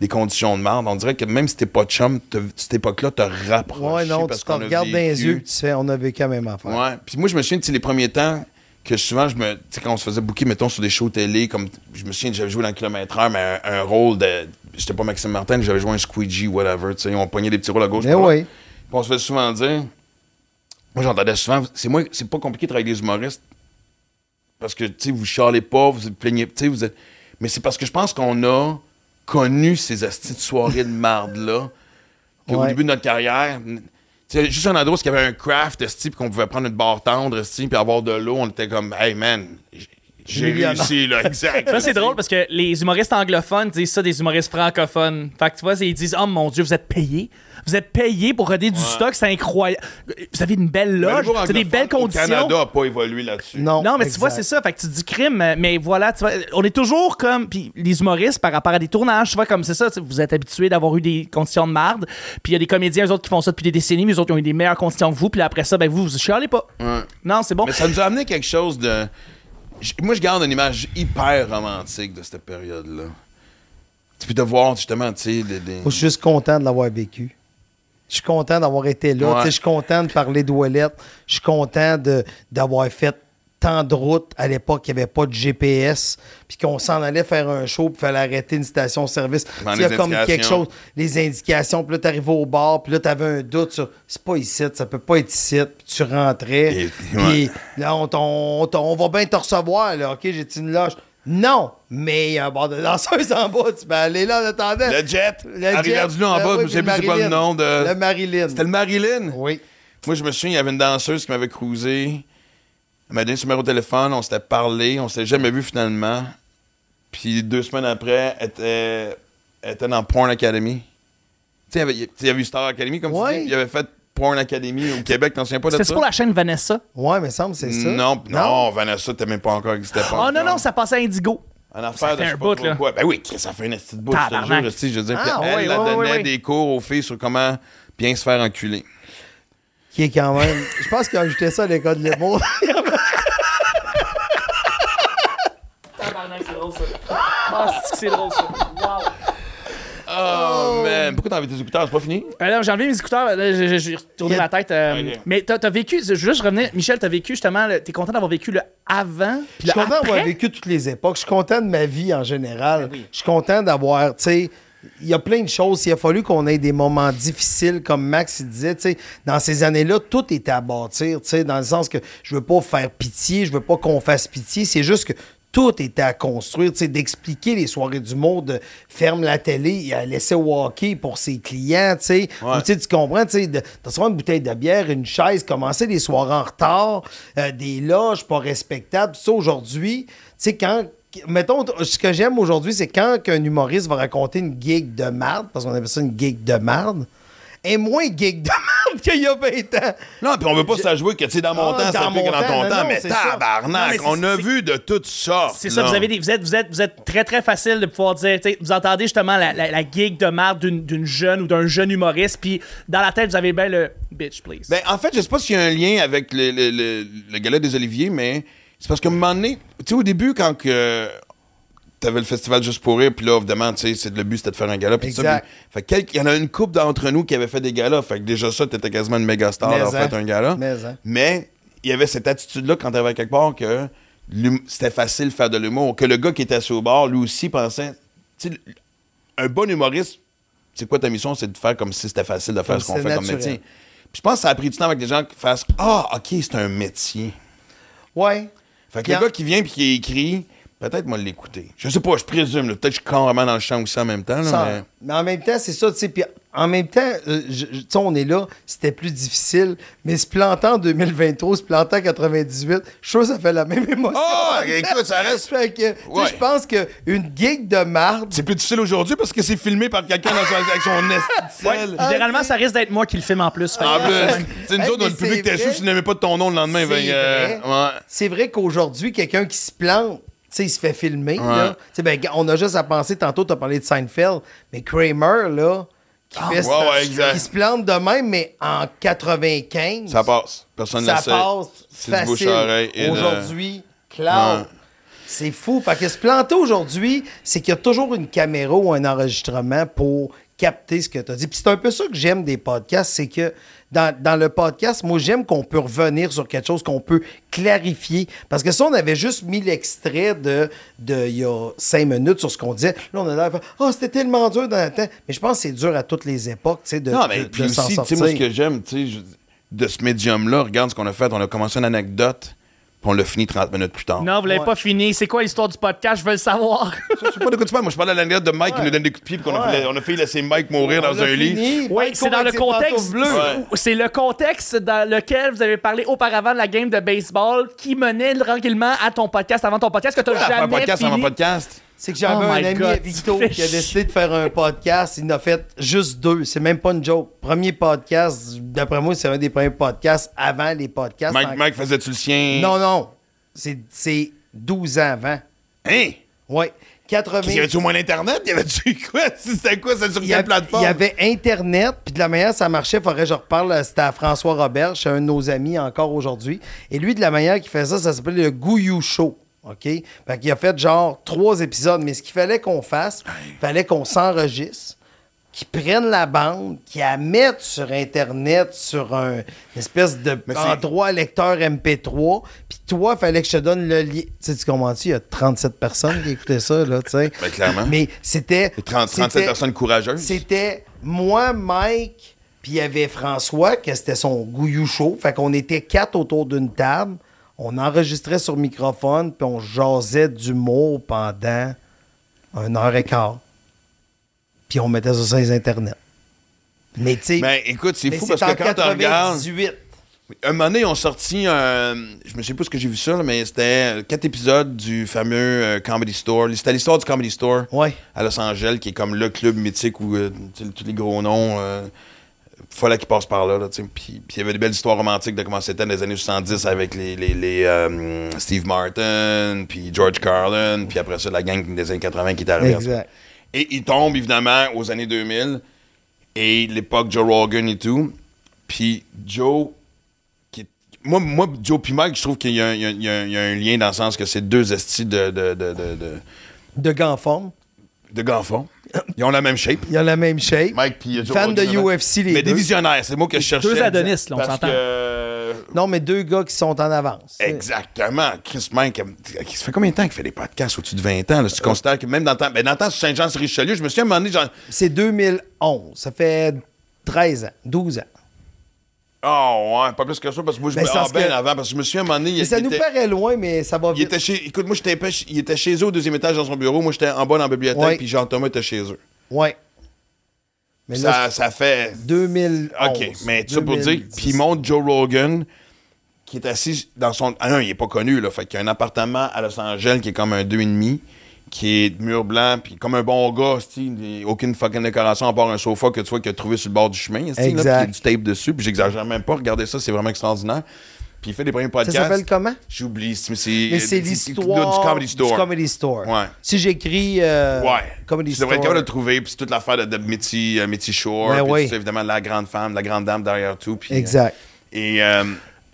S1: des conditions de merde, on dirait que même si t'es pas chum, t'as- cette époque-là te rapproche.
S6: Ouais, non, tu te regardes dans les yeux, puis tu fais, on a vécu la même affaire.
S1: Ouais. Puis moi, je me souviens, tu sais, les premiers temps que souvent, je me, tu sais, quand on se faisait bouquer, mettons, sur des shows télé, comme je me souviens, j'avais joué dans le kilomètre heure, mais un, un rôle de. J'étais pas Maxime Martin, j'avais joué un squeegee, whatever, tu sais, on pognait des petits rôles à gauche.
S6: Mais
S1: pas là.
S6: oui.
S1: Puis on se fait souvent dire. Moi, j'entendais souvent, c'est moi, c'est pas compliqué de travailler avec des humoristes. Parce que, tu sais, vous charlez pas, vous êtes plaignez, tu sais, vous êtes. Mais c'est parce que je pense qu'on a connu ces astuces de soirées de marde-là. Qu'au
S6: Ouais.
S1: début de notre carrière, tu sais, juste un endroit où il y avait un craft, esti, puis qu'on pouvait prendre une barre tendre, esti, puis avoir de l'eau, on était comme, hey man, j- j'ai
S6: Millionnaire.
S1: réussi, là, exact.
S2: Ça, c'est drôle parce que les humoristes anglophones disent ça des humoristes francophones. Fait que tu vois, c'est- ils disent Oh mon Dieu, vous êtes payés. Vous êtes payés pour aider du stock, c'est incroyable. Vous avez une belle
S1: Mais Ben, le
S2: loge,
S1: humour
S2: c'est des
S1: anglophone
S2: belles conditions.
S1: Au Canada n'a pas évolué là-dessus.
S6: Non,
S2: Non, mais tu vois,
S6: exact.
S2: c'est ça. Fait que tu dis crime, mais- mais voilà, tu vois, on est toujours comme. Puis les humoristes, par rapport à des tournages, tu vois, comme c'est ça, tu sais, vous êtes habitués d'avoir eu des conditions de marde. Puis il y a des comédiens, eux autres, qui font ça depuis des décennies, mais eux autres, ils ont eu des meilleures conditions que vous. Puis après ça, ben vous, vous chialez pas. Non, c'est bon.
S1: Mais ça nous a amené quelque chose de. j- Moi, je garde une image hyper romantique de cette période-là. Tu peux te voir, justement, tu sais. des- des-
S6: Moi, je suis juste content de l'avoir vécu. Je suis content d'avoir été là.
S1: Ouais.
S6: Tu sais, Je suis content de parler d'Ouellette. Je suis content de- d'avoir fait tant de routes à l'époque, il n'y avait pas de GPS, puis qu'on s'en allait faire un show, puis fallait arrêter une station-service. Tu sais,
S1: Prendre
S6: Il y a
S1: les
S6: comme quelque
S1: indications.
S6: chose, les indications, puis là, t'arrivais au bar, puis là, t'avais un doute sur c'est pas ici, ça peut pas être ici, puis tu rentrais,
S1: Et-
S6: puis là, on, t'en- on t'en- on va bien te recevoir, là, OK, j'ai une loge. Non, mais il y a un bar de danseuse en bas, tu peux aller là en attendant.
S1: Le jet!
S6: Le
S1: à
S6: Jet,
S1: Rivière-du-Loup Ah, en
S6: le-
S1: bas,
S6: ah oui,
S1: je sais
S6: puis
S1: plus c'est quoi le
S6: Marilyn.
S1: nom de.
S6: Le Marilyn.
S1: C'était le Marilyn?
S6: Oui.
S1: Moi, je me souviens, il y avait une danseuse qui m'avait cruisé. Elle m'a donné son numéro de téléphone, on s'était parlé, on s'était jamais vu finalement. Puis deux semaines après, elle était, elle était dans Porn Academy. Tu sais, il y avait- tu sais, il y avait eu Star Academy, comme
S6: Ouais.
S1: tu dis. Il avait fait Porn Academy au Québec, t'en souviens pas de
S2: C'était
S1: ça?
S2: pour la chaîne Vanessa.
S6: Ouais, mais semble c'est ça. Ah,
S1: Non, p- non, Vanessa, t'as même pas encore existé.
S2: Oh non, non, ça passait à Indigo.
S1: En affaire
S2: fait
S1: de je
S2: un
S1: sais
S2: bout,
S1: pas trop
S2: là.
S1: quoi. Ben oui, Chris, ça fait une petite bouche, je te
S2: Tabarnak.
S1: jure, esti, je veux dire.
S6: Ah,
S1: puis elle,
S2: ouais,
S1: elle
S2: ouais,
S1: donnait
S2: ouais, ouais.
S1: des cours aux filles sur comment bien se faire enculer.
S6: Qui est quand même. Je pense qu'il a ajouté ça à l'école de l'humour.
S2: c'est drôle ça. Ah, c'est drôle ça.
S1: Oh, man. Pourquoi t'as enlevé tes écouteurs? C'est pas fini?
S2: Alors, j'ai enlevé mes écouteurs, là, j'ai- j'ai j'ai retourné ma tête. euh,
S1: Ok.
S2: Mais t'as as vécu, je veux juste revenir, Michel, t'as vécu justement, le- t'es content d'avoir vécu le avant, puis
S6: Je suis
S2: le
S6: content d'avoir
S2: après?
S6: vécu toutes les époques. Je suis content de ma vie en
S1: Ben
S6: général. Je suis content d'avoir, tu sais, il y a plein de choses. Il a fallu qu'on ait des moments difficiles, comme Max il disait, tu sais, dans ces années-là, tout était à bâtir, tu sais, dans le sens que je veux pas faire pitié, je veux pas qu'on fasse pitié. C'est juste que tout était à construire, tu sais, d'expliquer les soirées du monde, ferme la télé, à laisser walker pour ses clients, tu sais. Ou, tu sais, tu comprends, tu sais, de, de recevoir une bouteille de bière, une chaise, commencer les soirées en retard, euh, des loges pas respectables. Ça, aujourd'hui, tu sais, quand. Mettons, t- ce que j'aime aujourd'hui, c'est quand un humoriste va raconter une gig de marde, parce qu'on appelle ça une gig de marde, est moins gig de marde qu'il y a 20 ans.
S1: Non, puis on veut pas s'ajouer que, tu sais, dans mon
S6: Ah,
S1: temps,
S6: dans
S1: c'est plus
S6: mon
S1: que dans
S6: temps,
S1: ton
S6: non,
S1: temps,
S6: non,
S1: mais
S6: c'est ça.
S2: Non, mais
S1: tabarnak,
S2: c'est-
S1: on a
S2: c'est-
S1: vu de toutes sortes.
S2: C'est ça,
S1: là.
S2: vous, avez des, vous, êtes, vous, êtes, vous êtes très très facile de pouvoir dire, tu sais, vous entendez justement la, la, la gig de marde d'une d'une jeune ou d'un jeune humoriste, puis dans la tête, vous avez bien le bitch, please.
S1: Ben, en fait, je sais pas s'il y a un lien avec le, le, le- le gala des Oliviers, mais c'est parce qu'à un moment donné, tu sais, au début, quand que t'avais le festival juste pour rire, puis là, évidemment, tu sais, c'est- le but, c'était de faire un gala, puis tout ça.
S6: Exact.
S1: puis- Fait que quelques- il y en a une couple d'entre nous qui avait fait des galas, fait que déjà ça, t'étais quasiment une méga star
S6: Mais
S1: d'avoir
S6: hein.
S1: fait un gala.
S6: Mais hein.
S1: Mais il y avait cette attitude-là quand t'arrivais quelque part que l'hum- c'était facile de faire de l'humour, que le gars qui était assis au bar, lui aussi, pensait... tu sais, un bon humoriste, c'est quoi ta mission? C'est de faire comme si c'était facile de faire
S6: Comme
S1: ce qu'on
S6: si
S1: fait
S6: c'était
S1: comme
S6: naturel.
S1: métier. Puis je pense que ça a pris du temps avec des gens qui fassent Ah, OK, c'est un métier.
S6: Ouais.
S1: Fait que
S6: Bien.
S1: le gars qui vient puis qui écrit, peut-être moi l'écouter. Je sais pas, je présume. là. Peut-être que je suis carrément dans le champ aussi en même temps. là,
S6: Ça,
S1: mais-
S6: mais... en même temps, c'est ça, tu sais. Puis en même temps, euh, je- je- tu sais, on est là, c'était plus difficile. Mais se planter en 2023, se planter en 98, je suis sûr que ça fait la même émotion.
S1: Ah, écoute, ça reste-
S6: Fait que, tu sais,
S1: Ouais.
S6: je pense qu'une gig de marde.
S1: C'est plus difficile aujourd'hui parce que c'est filmé par quelqu'un dans son, avec son esticelle.
S2: Généralement, ça risque d'être moi qui le filme en plus. Fait
S1: En
S2: que- euh,
S1: plus, tu sais, nous
S6: Hey,
S1: autres, dans
S6: mais
S1: le public,
S6: c'est
S1: t'es
S6: vrai.
S1: sûr, tu n'aimais pas ton nom le lendemain.
S6: C'est
S1: fait que, euh,
S6: vrai.
S1: ouais.
S6: C'est vrai qu'aujourd'hui, quelqu'un qui se plante, sais, il se fait filmer. Là. Tu sais, Ben, on a juste à penser, tantôt, tu as parlé de Seinfeld, mais Kramer, là, qui, fait
S1: Ah, ouais,
S6: ça-
S1: ouais, exact.
S6: qui se plante de même, mais en 95,
S1: Ça passe. Personne
S6: ça
S1: ne sait.
S6: passe
S1: C'est du
S6: facile.
S1: bouche-à-oreille et de-
S6: Aujourd'hui, Cloud. C'est fou. Parce que se planter aujourd'hui, c'est qu'il y a toujours une caméra ou un enregistrement pour capter ce que tu as dit. Puis c'est un peu ça que j'aime des podcasts, c'est que dans, dans le podcast, moi, j'aime qu'on peut revenir sur quelque chose, qu'on peut clarifier. Parce que si on avait juste mis l'extrait de, de il y a cinq minutes sur ce qu'on disait, là, on a l'air de faire, Ah, c'était tellement dur dans le temps. Mais je pense que c'est dur à toutes les époques, tu sais, de,
S1: Non, mais
S6: de-
S1: puis
S6: de s'en
S1: aussi, tu sais,
S6: sortir.
S1: moi, ce que j'aime, tu sais, je- de ce médium-là, regarde ce qu'on a fait. On a commencé une anecdote, puis on l'a fini 30 minutes plus tard.
S2: Non, vous l'avez
S6: Ouais.
S2: pas fini. C'est quoi l'histoire du podcast? Je veux le savoir.
S1: Je sais pas de quoi tu parles. Moi, je parle de l'anecdote de Mike qui nous donne des coups de pied, puis qu'on a,
S6: Ouais.
S1: fait- on a failli laisser Mike mourir dans un lit.
S2: Oui, c'est dans le contexte.
S6: bleu.
S1: Ouais.
S2: C'est le contexte dans lequel vous avez parlé auparavant de la game de baseball qui menait tranquillement à ton podcast, avant ton podcast, que tu
S1: Ah, Faire un
S2: jamais
S1: podcast
S2: fini.
S1: avant podcast.
S6: C'est que j'avais
S2: Oh
S6: un
S2: my
S6: ami
S2: God,
S6: à
S2: tu
S6: Victo
S2: fais
S6: qui a
S2: chier.
S6: décidé de faire un podcast. Il en a fait juste deux. C'est même pas une joke. Premier podcast, d'après moi, c'est un des premiers podcasts avant les podcasts.
S1: Mike,
S6: En-
S1: Mike faisait-tu le sien?
S6: Non, non. C'est- C'est 12 ans avant.
S1: Hein?
S6: Oui. 80...
S1: Il y avait-tu au moins l'Internet? Il y avait-tu quoi? C'était quoi? C'était sur
S6: Il y, a-
S1: quelle plateforme?
S6: il y avait Internet, puis de la manière que ça marchait, faudrait que je reparle, euh, c'était à François Robert, c'est un de nos amis encore aujourd'hui. Et lui, de la manière qu'il fait ça, ça s'appelle le Gouyou Show. OK? Fait qu'il a fait genre trois épisodes, mais ce qu'il fallait qu'on fasse, il fallait qu'on s'enregistre, qu'ils prennent la bande, qu'ils la mettent sur Internet, sur un une espèce de
S1: Mais c'est-
S6: endroit lecteur MP3, puis toi, fallait que je te donne le lien. Tu sais, tu comprends-tu? Il y a 37 personnes qui écoutaient ça, là, tu sais.
S1: Ben, clairement.
S6: Mais c'était.
S1: Et 30 37
S6: c'était-
S1: personnes courageuses.
S6: c'était moi, Mike, puis il y avait François, que c'était son gouyou chaud. Fait qu'on était quatre autour d'une table. On enregistrait sur microphone, puis on jasait d'humour pendant un heure et quart. Puis on mettait ça sur les internets. Mais tu sais,
S1: Mais Ben, écoute, c'est
S6: mais
S1: fou parce que
S6: en
S1: quand tu regardes.
S6: 98.
S1: Un moment donné, on sorti un. Je me sais pas ce que j'ai vu ça, là, mais c'était euh, quatre épisodes du fameux euh, Comedy Store. C'était l'histoire du Comedy Store
S6: Ouais.
S1: à Los Angeles, qui est comme le club mythique où euh, tu sais, tous les gros noms. Euh, Folla qui passent par là, là tu sais. puis puis il y avait des belles histoires romantiques de comment c'était dans les années 70 avec les, les, les, euh, Steve Martin, puis George Carlin, puis après ça la gang des années 80 qui est arrivée.
S6: Exact.
S1: Et il tombe évidemment aux années 2000 et l'époque Joe Rogan et tout. Puis Joe, qui est- moi, moi, Joe puis Mike, je trouve qu'il y, a un- il y a un- il y a un- il y a un lien dans le sens que c'est deux estis de, de, de, de, de,
S6: De Ganforme.
S1: de ganfons. Ils ont la même shape.
S6: Il a la même shape.
S1: Mike puis euh, Joe
S6: Fan de
S1: Rogan, là.
S6: UFC, les
S1: Mais des
S6: deux.
S1: visionnaires, c'est le mot que je cherchais.
S2: Deux Adonis, là, on
S1: Parce
S2: s'entend.
S1: que- euh,
S6: Non, mais deux gars qui sont en avance.
S1: Exactement. Chris Mike, euh, ça fait combien de temps qu'il fait des podcasts au-dessus de 20 ans? Là, si tu considères que même dans le temps, ben, dans le temps sur Saint-Jean-sur-Richelieu, je me suis un moment donné, genre,
S6: C'est 2011. Ça fait 13 ans, 12 ans.
S1: Oh, ouais, pas plus que ça, parce que moi, je
S6: Ben,
S1: me
S6: c'est
S1: ah,
S6: parce
S1: ben
S6: que-
S1: avant, parce que je me souviens, à un moment donné,
S6: Mais
S1: il,
S6: ça
S1: il
S6: nous
S1: était,
S6: paraît loin, mais ça va
S1: il
S6: vite.
S1: était chez. Écoute, moi, j'étais pas chez- il était chez eux au deuxième étage dans son bureau. Moi, j'étais en bas dans la bibliothèque,
S6: Ouais.
S1: puis Jean-Thomas était chez eux.
S6: Ouais. Mais
S1: ça,
S6: là,
S1: ça fait.
S6: 2000.
S1: OK, mais tout ça pour dire. Puis il montre Joe Rogan, qui est assis dans son. Ah non, il est pas connu, là. Fait qu'il y a un appartement à Los Angeles qui est comme un 2,5, qui est de mur blanc, puis comme un bon gars, c'ti, il y a aucune fucking décoration à part un sofa que tu vois qu'il a trouvé sur le bord du chemin, c'ti, là, puis il y a
S6: Exact.
S1: du tape dessus, puis j'exagère même pas. Regardez ça, c'est vraiment extraordinaire. Puis il fait des premiers
S6: Ça
S1: podcasts.
S6: s'appelle comment?
S1: J'oublie, c'est.
S6: Mais c'est l'histoire
S1: Du Comedy Store.
S6: Du Comedy Store.
S1: Ouais.
S6: Si j'éris euh,
S1: Ouais.
S6: Comedy
S1: tu
S6: Store.
S1: devrais être capable de le trouver, puis c'est toute l'affaire de, de Mitty, euh, Mitty Shore,
S6: Ben
S1: puis
S6: oui.
S1: tu sais, évidemment la grande femme, la grande dame derrière tout. puis, euh,
S6: Exact.
S1: et euh,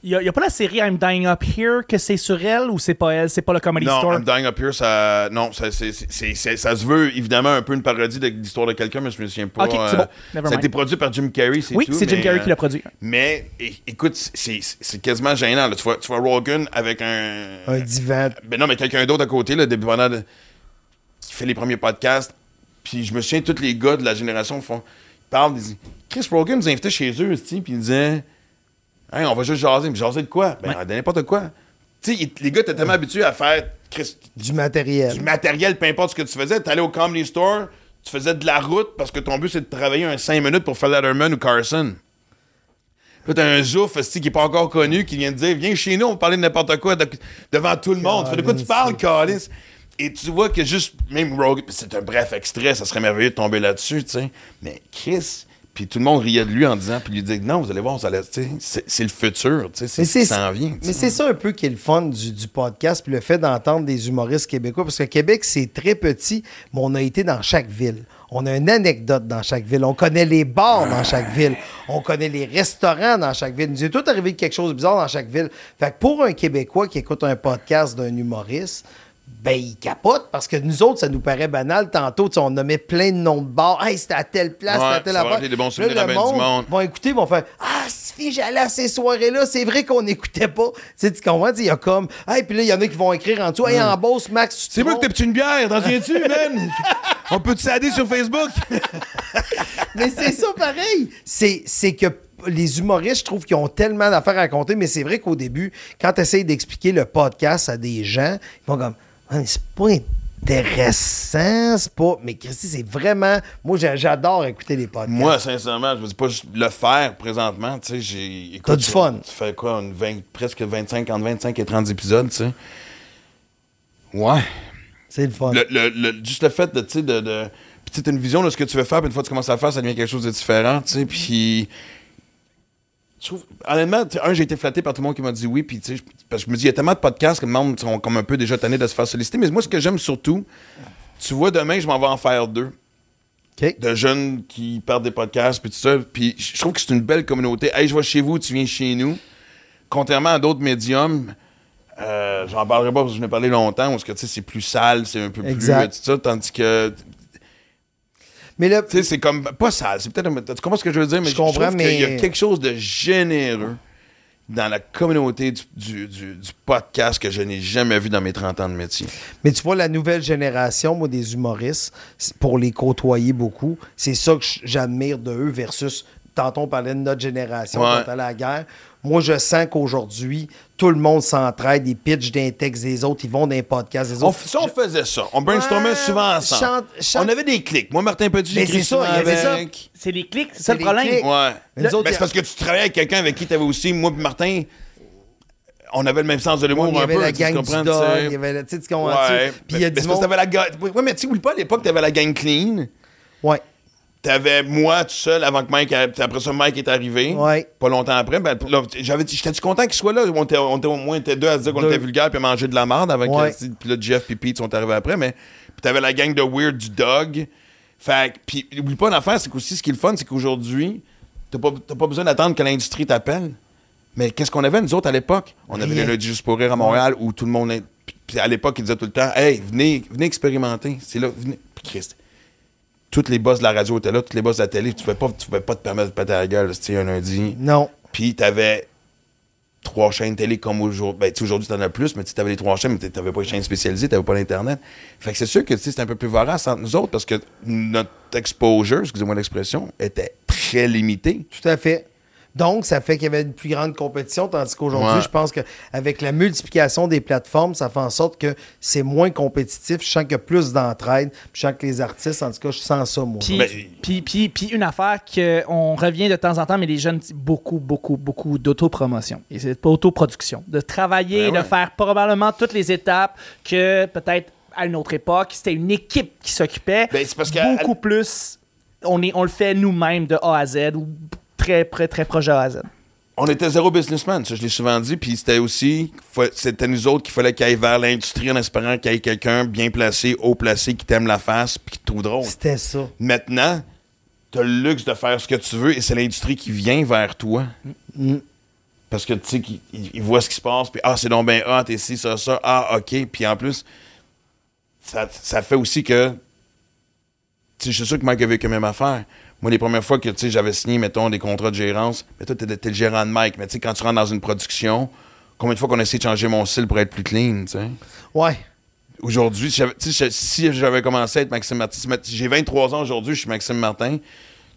S2: Il n'y a, pas la série I'm Dying Up Here que c'est sur elle ou c'est pas elle, c'est pas le Comedy
S1: non,
S2: Store?
S1: I'm Dying Up Here, ça, non, ça, c'est- c'est- c'est- c'est- ça se veut évidemment un peu une parodie de l'histoire de quelqu'un, mais je me souviens pas. euh,
S2: Ok, c'est bon.
S1: ça
S2: Never
S1: a
S2: mind.
S1: été produit par Jim Carrey, c'est
S2: Oui,
S1: tout.
S2: c'est Jim
S1: mais,
S2: Carrey
S1: euh,
S2: qui l'a produit.
S1: Mais é- écoute, c'est- c'est c'est quasiment gênant. là. Tu, vois, tu vois Rogan avec un.
S6: Un divan.
S1: Ben non, mais quelqu'un d'autre à côté, le dépendant de- qui fait les premiers podcasts. Puis je me souviens, tous les gars de la génération font. Ils parlent, ils disent Chris Rogan nous invitait chez eux, esti, puis ils disaient Hey, on va juste jaser. Mais jaser de quoi Ben, de n'importe quoi. Tu sais, ils- les gars étaient tellement habitués à faire Chris,
S6: Du matériel.
S1: du matériel, peu importe ce que tu faisais. Tu allais au Comedy Store, tu faisais de la route parce que ton but, c'est de travailler un 5 minutes pour faire Letterman ou Carson. Là, t'as un zouf esti, qui n'est pas encore connu qui vient de dire Viens chez nous, on va parler de n'importe quoi de- devant tout le monde. Fait, de quoi tu parles, Calis Et tu vois que juste, même Rogue, c'est un bref extrait, ça serait merveilleux de tomber là-dessus, tu sais. Mais Chris, puis Puis tout le monde riait de lui en disant, puis lui dit non, vous allez voir, ça allait- tu sais, c'est c'est le futur, tu sais, c'est
S6: Mais
S1: ce qui
S6: c'est
S1: s'en vient. tu
S6: Mais
S1: sais.
S6: c'est ça un peu qui est le fun du, du podcast, puis le fait d'entendre des humoristes québécois, parce que Québec, c'est très petit, mais on a été dans chaque ville. On a une anecdote dans chaque ville. On connaît les bars dans chaque ville. On connaît les restaurants dans chaque ville. Nous est tout arrivé quelque chose de bizarre dans chaque ville. Fait que pour un Québécois qui écoute un podcast d'un humoriste, ben, il capote parce que nous autres, ça nous paraît banal. Tantôt, tu sais, on nommait plein de noms de bars. Hey, c'était à telle place,
S1: Ouais,
S6: c'était à
S1: ça
S6: telle
S1: va
S6: affaire.
S1: rappeler des bons
S6: Là,
S1: souvenirs à
S6: le
S1: ben du monde.
S6: vont écouter, vont faire Ah, si j'allais à ces soirées-là, c'est vrai qu'on n'écoutait pas. Tu sais, tu comprends? Tu sais, Il y a comme Hey, puis là, il y en a qui vont écrire en dessous Hey, en boss, Max, tu
S7: C'est moi que
S6: te
S7: t'as petit une bière, t'en souviens-tu, man? On peut te sader sur Facebook?
S6: Mais c'est ça pareil. C'est, c'est que les humoristes, je trouve qu'ils ont tellement d'affaires à raconter, mais c'est vrai qu'au début, quand tu essayes d'expliquer le podcast à des gens, ils vont comme Ah, mais c'est pas intéressant, c'est pas. Mais Christy, c'est vraiment. Moi, j'a- j'adore écouter les podcasts.
S1: Moi, sincèrement, je me dis pas juste le faire présentement, tu sais, j'ai... écoute,
S6: T'as du
S1: tu-
S6: fun.
S1: Tu fais quoi, une 20 presque 25, entre 25 et 30 épisodes, tu sais? Ouais.
S6: c'est le fun.
S1: Le- le- le- juste le fait de, tu sais, de, de puis tu as une vision de ce que tu veux faire, puis une fois que tu commences à le faire, ça devient quelque chose de différent, tu sais, puis... Je trouve, honnêtement, tu sais, un, j'ai été flatté par tout le monde qui m'a dit oui, puis tu sais, je- parce que je me dis, il y a tellement de podcasts que le monde sont comme un peu déjà tannés de se faire solliciter, mais moi, ce que j'aime surtout, tu vois, demain, je m'en vais en faire deux
S6: OK?
S1: de jeunes qui partent des podcasts, puis tout ça. Puis je trouve que c'est une belle communauté. Hey, je vais chez vous, tu viens chez nous. Contrairement à d'autres médiums, euh, j'en parlerai pas parce que je n'ai parlé longtemps, parce que tu sais, c'est plus sale, c'est un peu
S6: Exact.
S1: plus. euh, Tout ça, tandis que,
S6: Mais là,
S1: tu sais, c'est comme. Pas sale, c'est peut-être. un- Tu comprends ce que je veux dire, mais
S6: Je
S1: je, trouve
S6: comprends,
S1: qu'il y
S6: mais-
S1: a quelque chose de généreux dans la communauté du, du- du- du podcast que je n'ai jamais vu dans mes 30 ans de métier.
S6: Mais tu vois, la nouvelle génération, moi, des humoristes, c'est- pour les côtoyer beaucoup, c'est ça que j- j'admire de eux versus, tantôt, on parlait de notre génération
S1: Ouais.
S6: quand à la guerre. Moi, je sens qu'aujourd'hui, tout le monde s'entraide, ils pitchent d'un texte des autres, ils vont dans les podcasts des
S1: On,
S6: autres.
S1: f- ça, on faisait ça. On brainstormait
S6: Ouais,
S1: souvent ensemble.
S6: chante- chante-
S1: On avait des clics. Moi, Martin Petit,
S6: Mais
S1: j'écris
S6: c'est ça,
S1: souvent
S6: il y avait ça.
S1: avec.
S2: C'est les clics, c'est
S6: C'est
S2: ça le
S6: les
S2: problème.
S6: clics.
S1: Ouais.
S6: Mais nous autres,
S1: Mais
S6: il y
S1: c'est
S6: a-
S1: parce que tu travaillais avec quelqu'un avec qui tu avais aussi, moi et Martin, on avait le même sens de l'humour
S6: Il y
S1: un
S6: avait
S1: peu.
S6: la
S1: tu
S6: gang du
S1: comprends,
S6: dog,
S1: tu sais.
S6: il y avait la, tu sais, tu comprends, tu sais.
S1: Ouais.
S6: Puis il y a
S1: Mais- mais
S6: du
S1: c'est parce que
S6: monde.
S1: t'avais la gang- Ouais, mais tu sais, oublie pas, à l'époque, t'avais la gang clean.
S6: Ouais.
S1: T'avais moi tout seul avant que Mike. a- puis Après ça, Mike est arrivé.
S6: Ouais.
S1: Pas longtemps après. Ben, là, j'avais- j'étais-tu content qu'il soit là? On était, on était au moins on était deux à se dire qu'on
S6: Deux.
S1: était vulgaire puis à manger de la merde avec.
S6: Ouais.
S1: euh, Puis là, Jeff puis Pete sont arrivés après. Mais puis t'avais la gang de Weird du Dog. Fait que- Puis oublie pas une affaire, c'est qu'aussi ce qui est le fun, c'est qu'aujourd'hui, t'as pas, t'as pas besoin d'attendre que l'industrie t'appelle. Mais qu'est-ce qu'on avait, nous autres, à l'époque? On avait
S6: Rien.
S1: les lundis juste pour rire à Montréal où tout le monde. est- Puis à l'époque, ils disaient tout le temps, hey, venez, venez expérimenter. C'est là, venez. Puis Christ toutes les boss de la radio étaient là, toutes les boss de la télé. Tu pouvais pas, tu pouvais pas te permettre de péter la gueule c'était un lundi.
S6: Non.
S1: Puis t'avais trois chaînes télé comme aujourd'hui. Ben, tu sais, aujourd'hui, t'en as plus, mais tu sais, t'avais les trois chaînes, mais t'a- t'avais pas les chaînes spécialisées, t'avais pas l'Internet. Fait que c'est sûr que tu sais, c'est un peu plus vorace entre nous autres parce que notre exposure, excusez-moi l'expression, était très limitée.
S6: Tout à fait. Donc, ça fait qu'il y avait une plus grande compétition, tandis qu'aujourd'hui,
S1: Ouais.
S6: je pense qu'avec la multiplication des plateformes, ça fait en sorte que c'est moins compétitif. Je sens qu'il y a plus d'entraide. puis Je sens que les artistes, en tout cas, je sens ça, moi.
S2: Puis,
S1: Ben-
S2: puis, puis, puis une affaire qu'on revient de temps en temps, mais les jeunes, beaucoup, beaucoup, beaucoup d'autopromotion. Et c'est pas autoproduction. De travailler,
S1: Ben
S2: de
S1: ouais.
S2: faire probablement toutes les étapes que peut-être à une autre époque, c'était une équipe qui s'occupait.
S1: Ben, c'est parce que-
S2: Beaucoup plus, on, est, on le fait nous-mêmes de A à Z ou très, très, très proche de A à Z.
S1: On était zéro businessman, ça je l'ai souvent dit, puis c'était aussi, fa- c'était nous autres qu'il fallait qu'il aille vers l'industrie en espérant qu'il y ait quelqu'un bien placé, haut placé, qui t'aime la face, puis qui te trouve drôle.
S6: C'était ça.
S1: Maintenant, t'as le luxe de faire ce que tu veux et c'est l'industrie qui vient vers toi. Parce que, tu sais, qu'ils- ils ils voient ce qui se passe, puis ah, c'est donc ben hot, et si, ça, ça, ah, OK. Puis en plus, ça, ça fait aussi que. Tu sais, je suis sûr que Mike a vécu la même affaire. Moi, les premières fois que, tu sais, j'avais signé, mettons, des contrats de gérance, mais toi, t'es, t'es le gérant de Mike. Mais tu sais, quand tu rentres dans une production, combien de fois qu'on a essayé de changer mon style pour être plus clean, tu sais?
S6: Ouais.
S1: aujourd'hui, si j'avais- tu sais, si j'avais commencé à être Maxime Martin, si ma- j'ai 23 ans aujourd'hui, je suis Maxime Martin.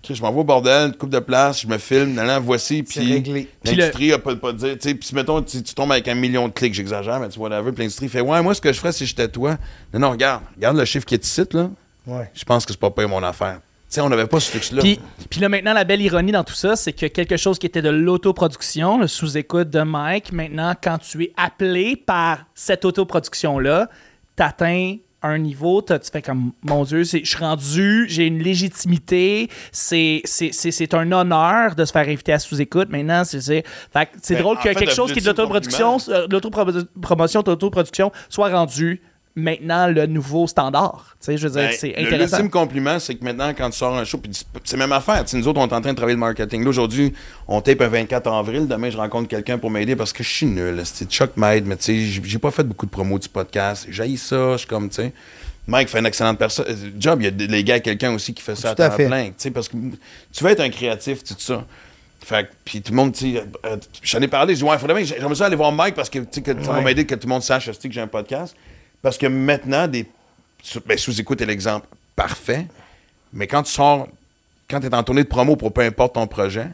S1: Chris, Je m'en vais au bordel, une coupe de place, je me filme, là, voici,
S6: C'est
S1: puis
S6: réglé.
S2: Puis le-
S1: l'industrie a pas pas de dire, tu sais, puis si, mettons, tu, tu tombes avec un million de clics, j'exagère, mais tu vois, whatever, puis l'industrie fait, ouais, moi, ce que je ferais si j'étais toi, non, non, regarde, regarde le chiffre qui est ici, là,
S6: Ouais.
S1: je pense que c'est pas pire mon affaire. Tu sais, on n'avait pas ce luxe-là.
S2: Puis, puis là, maintenant, la belle ironie dans tout ça, c'est que quelque chose qui était de l'autoproduction, le sous-écoute de Mike, maintenant, quand tu es appelé par cette autoproduction-là, t'atteins à un niveau, t'as- tu fais comme, mon Dieu, c'est- je suis rendu, j'ai une légitimité, c'est c'est- c'est- c'est un honneur de se faire inviter à sous-écoute. Maintenant, c'est- c'est fait que c'est
S1: Ben,
S2: drôle
S1: en
S2: qu'il y a
S1: fait,
S2: quelque chose qui est de l'autoproduction, euh, de l'autopromotion, de l'autoproduction soit rendu maintenant le nouveau standard. Tu sais, je veux dire,
S1: Ben,
S2: c'est
S1: Le
S2: intéressant.
S1: l'ultime compliment, c'est que maintenant, quand tu sors un show, puis c'est- c'est même affaire. Tu sais, nous autres, on est en train de travailler le marketing. Là, aujourd'hui, on tape un 24 avril. Demain, je rencontre quelqu'un pour m'aider parce que je suis nul. C'était Chuck m'aide, mais tu sais, j'ai j'ai pas fait beaucoup de promos du podcast. J'ai ça, je suis comme, tu sais. Mike fait une excellente personne. euh, Job, il y a des- les gars, quelqu'un aussi qui fait ça à
S6: Tout à
S1: temps
S6: fait.
S1: plein. Tu sais, parce que tu veux être un créatif, tout ça. Fait que, puis tout le monde, tu sais, euh, euh, j'en ai parlé, j'ai dit, ouais, faudrait bien, que j'a- j'aimerais ça aller voir Mike parce que, tu sais, que ça va m'aider que tout le monde sache tu sais, que j'ai un podcast. Parce que maintenant, des, sous- ben, sous-écoute est l'exemple parfait, mais quand tu sors, quand tu es en tournée de promo pour peu importe ton projet,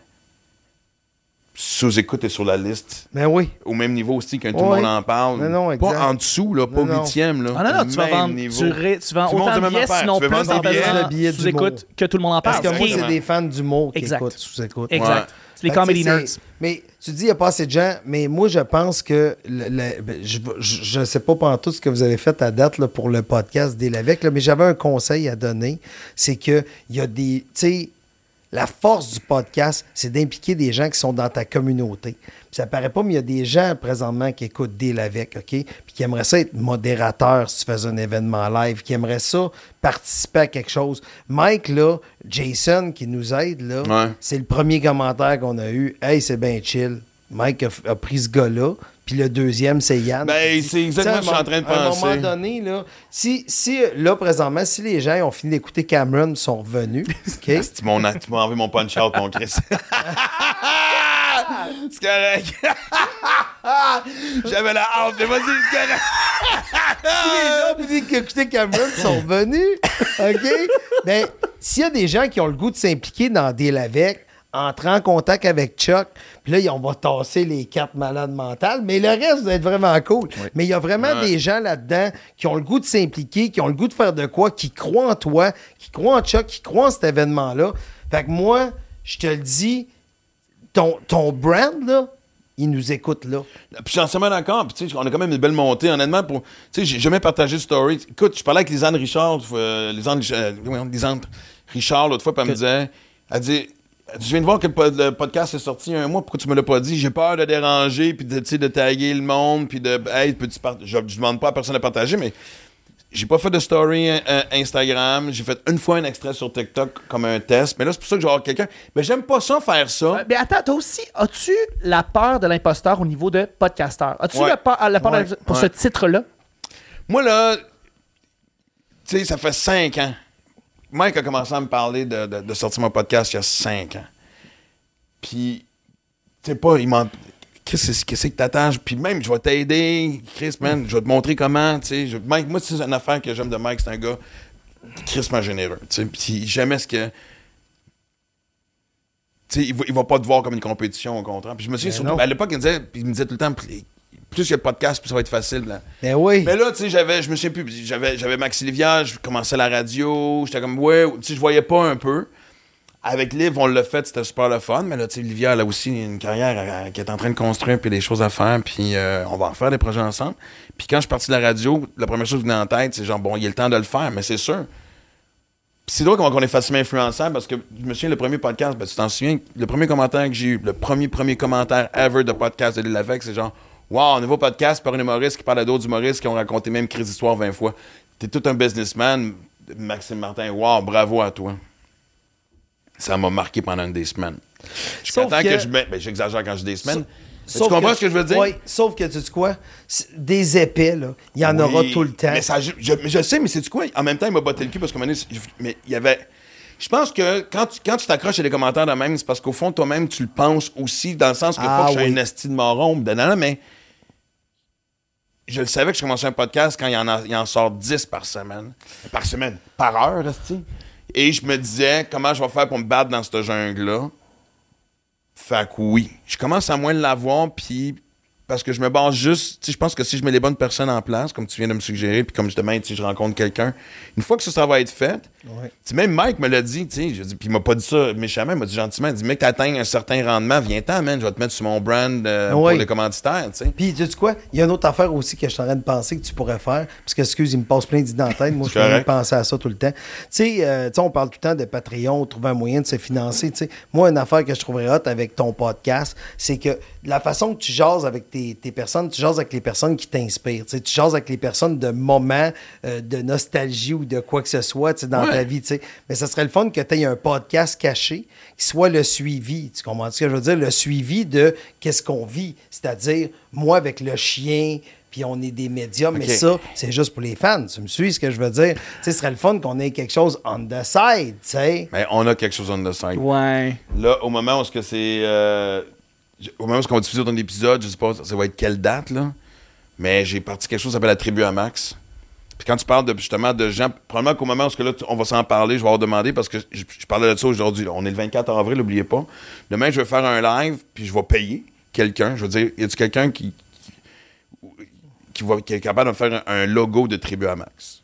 S1: sous-écoute est sur la liste
S6: Ben oui.
S1: au même niveau aussi qu'un tout
S6: Ouais.
S1: le monde en parle.
S6: Non, non, exact.
S1: pas en dessous, là, pas
S6: Non, non.
S1: huitième. Là,
S2: Ah non, non, tu vas
S1: Même
S2: vendre,
S1: niveau.
S2: tu, ré- tu vends
S1: Tout le monde
S2: autant
S1: dit la
S2: de
S1: même
S2: billets,
S1: affaire.
S2: sinon
S1: Tu veux
S2: plus
S1: vendre des
S2: en
S1: billets? Ah,
S6: Le billet
S2: faisant
S6: du
S2: sous-écoute que tout le monde en
S6: Parce
S2: parle.
S6: que moi,
S2: Et-
S6: c'est des fans d'humour qui
S2: Exact.
S6: écoutent sous-écoute.
S2: Exact.
S1: Ouais.
S2: C'est Les
S6: Fait que,
S2: comedy
S6: tu sais,
S2: nerds.
S6: c'est- Mais tu dis, il n'y a pas assez de gens, mais moi, je pense que le- le- ben, je ne sais pas pendant tout ce que vous avez fait à date là, pour le podcast d'Élavec, mais j'avais un conseil à donner. C'est que il y a des. Tu sais, la force du podcast, c'est d'impliquer des gens qui sont dans ta communauté. Puis ça paraît pas, mais il y a des gens présentement qui écoutent Deal avec, OK? Puis qui aimeraient ça être modérateur si tu faisais un événement live, qui aimeraient ça participer à quelque chose. Mike, là, Jason qui nous aide, là,
S1: Ouais.
S6: c'est le premier commentaire qu'on a eu. Hey, c'est bien chill. Mike a, a pris ce gars-là. Puis le deuxième, c'est Yann.
S1: Ben,
S6: Puis,
S1: c'est exactement
S6: tu sais, à
S1: ce que je suis en
S6: un
S1: train de
S6: moment- À un
S1: penser.
S6: moment donné, là, si, si, là, présentement, si les gens ont fini d'écouter Cameron, ils sont revenus. OK?
S1: Tu m'en as- tu m'as enlevé mon punch-out, mon Chris. c'est correct. J'avais la hâte, mais vas-y, c'est correct.
S6: les gens puis dit qu'écouter Cameron sont venus. OK? Ben, s'il y a des gens qui ont le goût de s'impliquer dans Deal avec, entrer en contact avec Chuck, puis là, ils- on va tasser les quatre malades mentales, mais le reste, vous êtes vraiment cool. Mais il y a vraiment des gens là-dedans qui ont le goût de s'impliquer, qui ont le goût de faire de quoi, qui croient en toi, qui croient en Chuck, qui croient en cet événement-là. Fait que moi, je te le dis, ton, ton brand, là, il nous écoute là.
S1: Puis je suis entièrement d'accord. Puis tu sais, on a quand même une belle montée. Honnêtement, pour, tu sais, j'ai jamais partagé de story. Écoute, je parlais avec Lisanne Richard, euh, Lisanne, Rich- euh, voyons, Lisanne Richard l'autre fois, puis elle me disait, elle dit, elle dit, je viens de voir que le pod- le podcast est sorti il y a un mois. Pourquoi tu me l'as pas dit? J'ai peur de déranger, puis de, tu sais, de taguer le monde, puis de, hey, peux-tu part- je, je demande pas à personne de partager, mais j'ai pas fait de story euh, Instagram. J'ai fait une fois un extrait sur TikTok comme un test. Mais là, c'est pour ça que je vais avoir quelqu'un. Mais j'aime pas ça faire ça.
S2: Mais attends, toi aussi, as-tu la peur de l'imposteur au niveau de podcasteur? As-tu
S1: Ouais.
S2: la peur, la peur de
S1: Ouais.
S2: l'imposteur pour
S1: Ouais.
S2: ce titre-là?
S1: Moi, là, tu sais, ça fait cinq ans. Mike a commencé à me parler de, de- de sortir mon podcast il y a cinq ans. Puis, tu sais pas, il m'en. Chris, c'est- qu'est-ce que t'attaches? Puis même, je vais t'aider. Chris, man, je vais te montrer comment. Tu sais, je- Mike, moi, c'est une affaire que j'aime de Mike. C'est un gars crissement généreux. Tu sais, puis jamais ce que. Tu sais, il va, il va pas te voir comme une compétition, au contraire. Puis je me souviens surtout, à l'époque, il me disait, puis il me disait tout le temps, plus plus il y a de podcasts, plus ça va être facile. là.
S6: Ben oui.
S1: Mais là, tu sais, j'avais, je me souviens plus, j'avais, j'avais Max Livia, je commençais la radio, j'étais comme, ouais, tu sais, je voyais pas un peu. Avec Liv, on l'a fait, c'était super le fun, mais là, tu sais, Livia, elle a aussi une carrière euh, qui est en train de construire, puis des choses à faire, puis euh, on va en faire des projets ensemble. Puis quand je suis parti de la radio, la première chose qui venait en tête, c'est genre, bon, il y a le temps de le faire, mais c'est sûr. Puis c'est drôle comment on est facilement influençable parce que je me souviens, le premier podcast, ben, tu t'en souviens, le premier commentaire que j'ai eu, le premier, premier commentaire ever de podcast de l'île avec, c'est genre Wow, nouveau podcast par un humoriste qui parle à d'autres humoristes qui ont raconté même crise d'histoire 20 fois. T'es tout un businessman, Maxime Martin. Wow, bravo à toi. Ça m'a marqué pendant des semaines. Je suis
S6: Sauf
S1: content que,
S6: que
S1: je. me- Ben, j'exagère quand je dis des semaines. Mais tu
S6: Sauf
S1: comprends ce que je veux dire?
S6: Oui, sauf que tu sais quoi? C'est- Des épais, là, il y en aura
S1: Oui,
S6: tout le temps.
S1: Mais ça, je, je- mais je sais, mais c'est du quoi? En même temps, il m'a botté le cul parce que mais il y avait. Je pense que quand tu quand tu t'accroches à des commentaires de même, c'est parce qu'au fond, toi-même, tu le penses aussi, dans le sens que
S6: Ah
S1: pas que je suis
S6: oui.
S1: un esti de moron, ben non, non, mais je le savais que je commençais un podcast quand il en, a- il en sort 10 par semaine. Par semaine. Par heure, esti. Et je me disais, comment je vais faire pour me battre dans cette jungle-là? Fait que oui. Je commence à moins l'avoir, puis parce que je me base juste, tu sais, je pense que si je mets les bonnes personnes en place, comme tu viens de me suggérer, puis comme justement, tu sais, je rencontre quelqu'un, une fois que ça, ça va être fait,
S6: Ouais.
S1: Tu sais, même Mike me l'a dit, tu sais, j'ai dit, puis il m'a pas dit ça méchamment, il m'a dit gentiment, il dit, mec, t'atteins un certain rendement, viens-t'en, man, je vais te mettre sur mon brand euh,
S6: Ouais.
S1: pour les commanditaires, tu sais.
S6: Puis, tu sais quoi? Il y a une autre affaire aussi que je suis en train de penser que tu pourrais faire. Parce que, excuse, il me passe plein d'idées en tête. Moi, je suis en train de
S1: correct.
S6: penser à ça tout le temps. Tu sais, euh, tu sais, on parle tout le temps de Patreon, trouver un moyen de se financer. tu sais. Moi, une affaire que je trouverais hot avec ton podcast, c'est que la façon que tu jases avec tes, tes personnes, tu jases avec les personnes qui t'inspirent. Tu sais, tu jases avec les personnes de moments euh, de nostalgie ou de quoi que ce soit tu sais, dans ta vie. tu sais. Mais ça serait le fun que tu aies un podcast caché qui soit le suivi. Tu comprends ce que je veux dire? Le suivi de qu'est-ce qu'on vit. C'est-à-dire, moi avec le chien, puis on est des médiums, mais ça, c'est juste pour les fans. Tu me suis ce que je veux dire? Tu sais, ce serait le fun qu'on ait quelque chose on the side, tu sais.
S1: Mais on a quelque chose on the side.
S2: Ouais.
S1: Là, au moment où ce que c'est. euh, j- au moment où ce qu'on va diffuser ton épisode, je sais pas, ça va être quelle date, là. Mais j'ai parti quelque chose qui s'appelle la tribu à Max. Puis quand tu parles de, justement de gens, probablement qu'au moment où ce que là, tu- on va s'en parler, je vais avoir demandé parce que je, je parlais de ça aujourd'hui. là. On est le 24 avril, n'oubliez pas. Demain, je vais faire un live, puis je vais payer quelqu'un. Je veux dire, y a-tu quelqu'un qui, qui, va, qui est capable de me faire un, un logo de tribu à Max?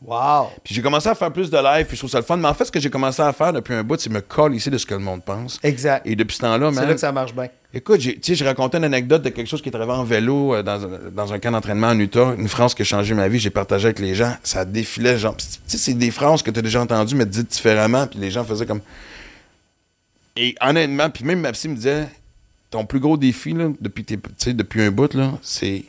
S6: Wow!
S1: Puis j'ai commencé à faire plus de live, puis je trouve ça le fun. Mais en fait, ce que j'ai commencé à faire depuis un bout, c'est me coller ici de ce que le monde pense.
S6: Exact.
S1: Et depuis ce temps-là,
S6: C'est
S1: man,
S6: là que ça marche bien.
S1: Écoute, j'ai- tu sais, je racontais une anecdote de quelque chose qui est arrivé en vélo euh, dans, un- dans un camp d'entraînement en Utah. Une phrase qui a changé ma vie, j'ai partagé avec les gens. Ça défilait, genre. Puis Tu sais, c'est des phrases que tu as déjà entendues, mais dites différemment. Puis les gens faisaient comme. Et honnêtement, puis même ma psy me disait ton plus gros défi, là, depuis, tes- tu sais, depuis un bout, là, c'est.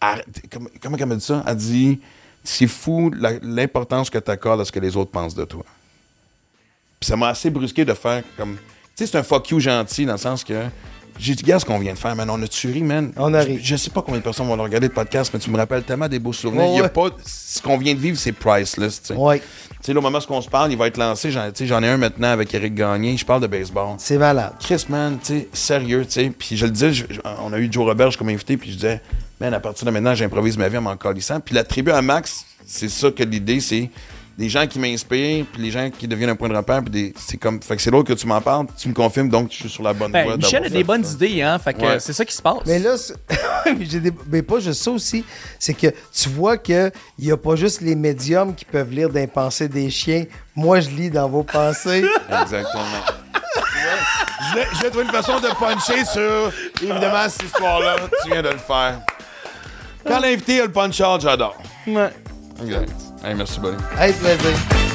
S1: Arrête- Comment, comment elle m'a dit ça? Elle dit c'est fou la- l'importance que tu accordes à ce que les autres pensent de toi. Puis ça m'a assez brusqué de faire comme. Tu sais, c'est un fuck you gentil dans le sens que. J'ai dit, gars, ce qu'on vient de faire, man. On a tué, man.
S6: On a ri.
S1: Je, je sais pas combien de personnes vont le regarder le podcast, mais tu me rappelles tellement des beaux souvenirs.
S6: Ouais,
S1: Il y
S6: ouais.
S1: a pas. Ce qu'on vient de vivre, c'est priceless, tu sais.
S6: Ouais.
S1: Tu sais, là, au moment où on se parle, il va être lancé. J'en tu sais, j'en ai un maintenant avec Eric Gagné. Je parle de baseball.
S6: C'est malade.
S1: Chris, man, tu sais, sérieux, tu sais. Puis je le disais, je- je- on a eu Joe Roberge comme invité, puis je disais, man, à partir de maintenant, j'improvise ma vie en m'en colissant. Puis la tribu à Max, c'est ça que l'idée, c'est des gens qui m'inspirent, puis les gens qui deviennent un point de repère, puis des- c'est comme, fait que c'est l'autre que tu m'en parles, tu me confirmes, donc je suis sur la bonne
S2: Ben,
S1: voie.
S2: Michel a
S1: d'avoir
S2: des
S1: fait
S2: bonnes
S1: ça.
S2: idées, hein. Fait que
S1: Ouais.
S2: euh, c'est ça qui se passe.
S6: Mais là, c'est- j'ai des- mais pas juste ça aussi, c'est que tu vois que il y a pas juste les médiums qui peuvent lire des pensées des chiens. Moi, je lis dans vos pensées.
S1: Exactement. je, vais, je vais trouver une façon de puncher sur, évidemment, cette histoire-là. Tu viens de le faire. Quand l'invité a le punch-out, j'adore.
S2: Ouais.
S1: Exact. Hey, merci, buddy.
S6: Hey, plaisir.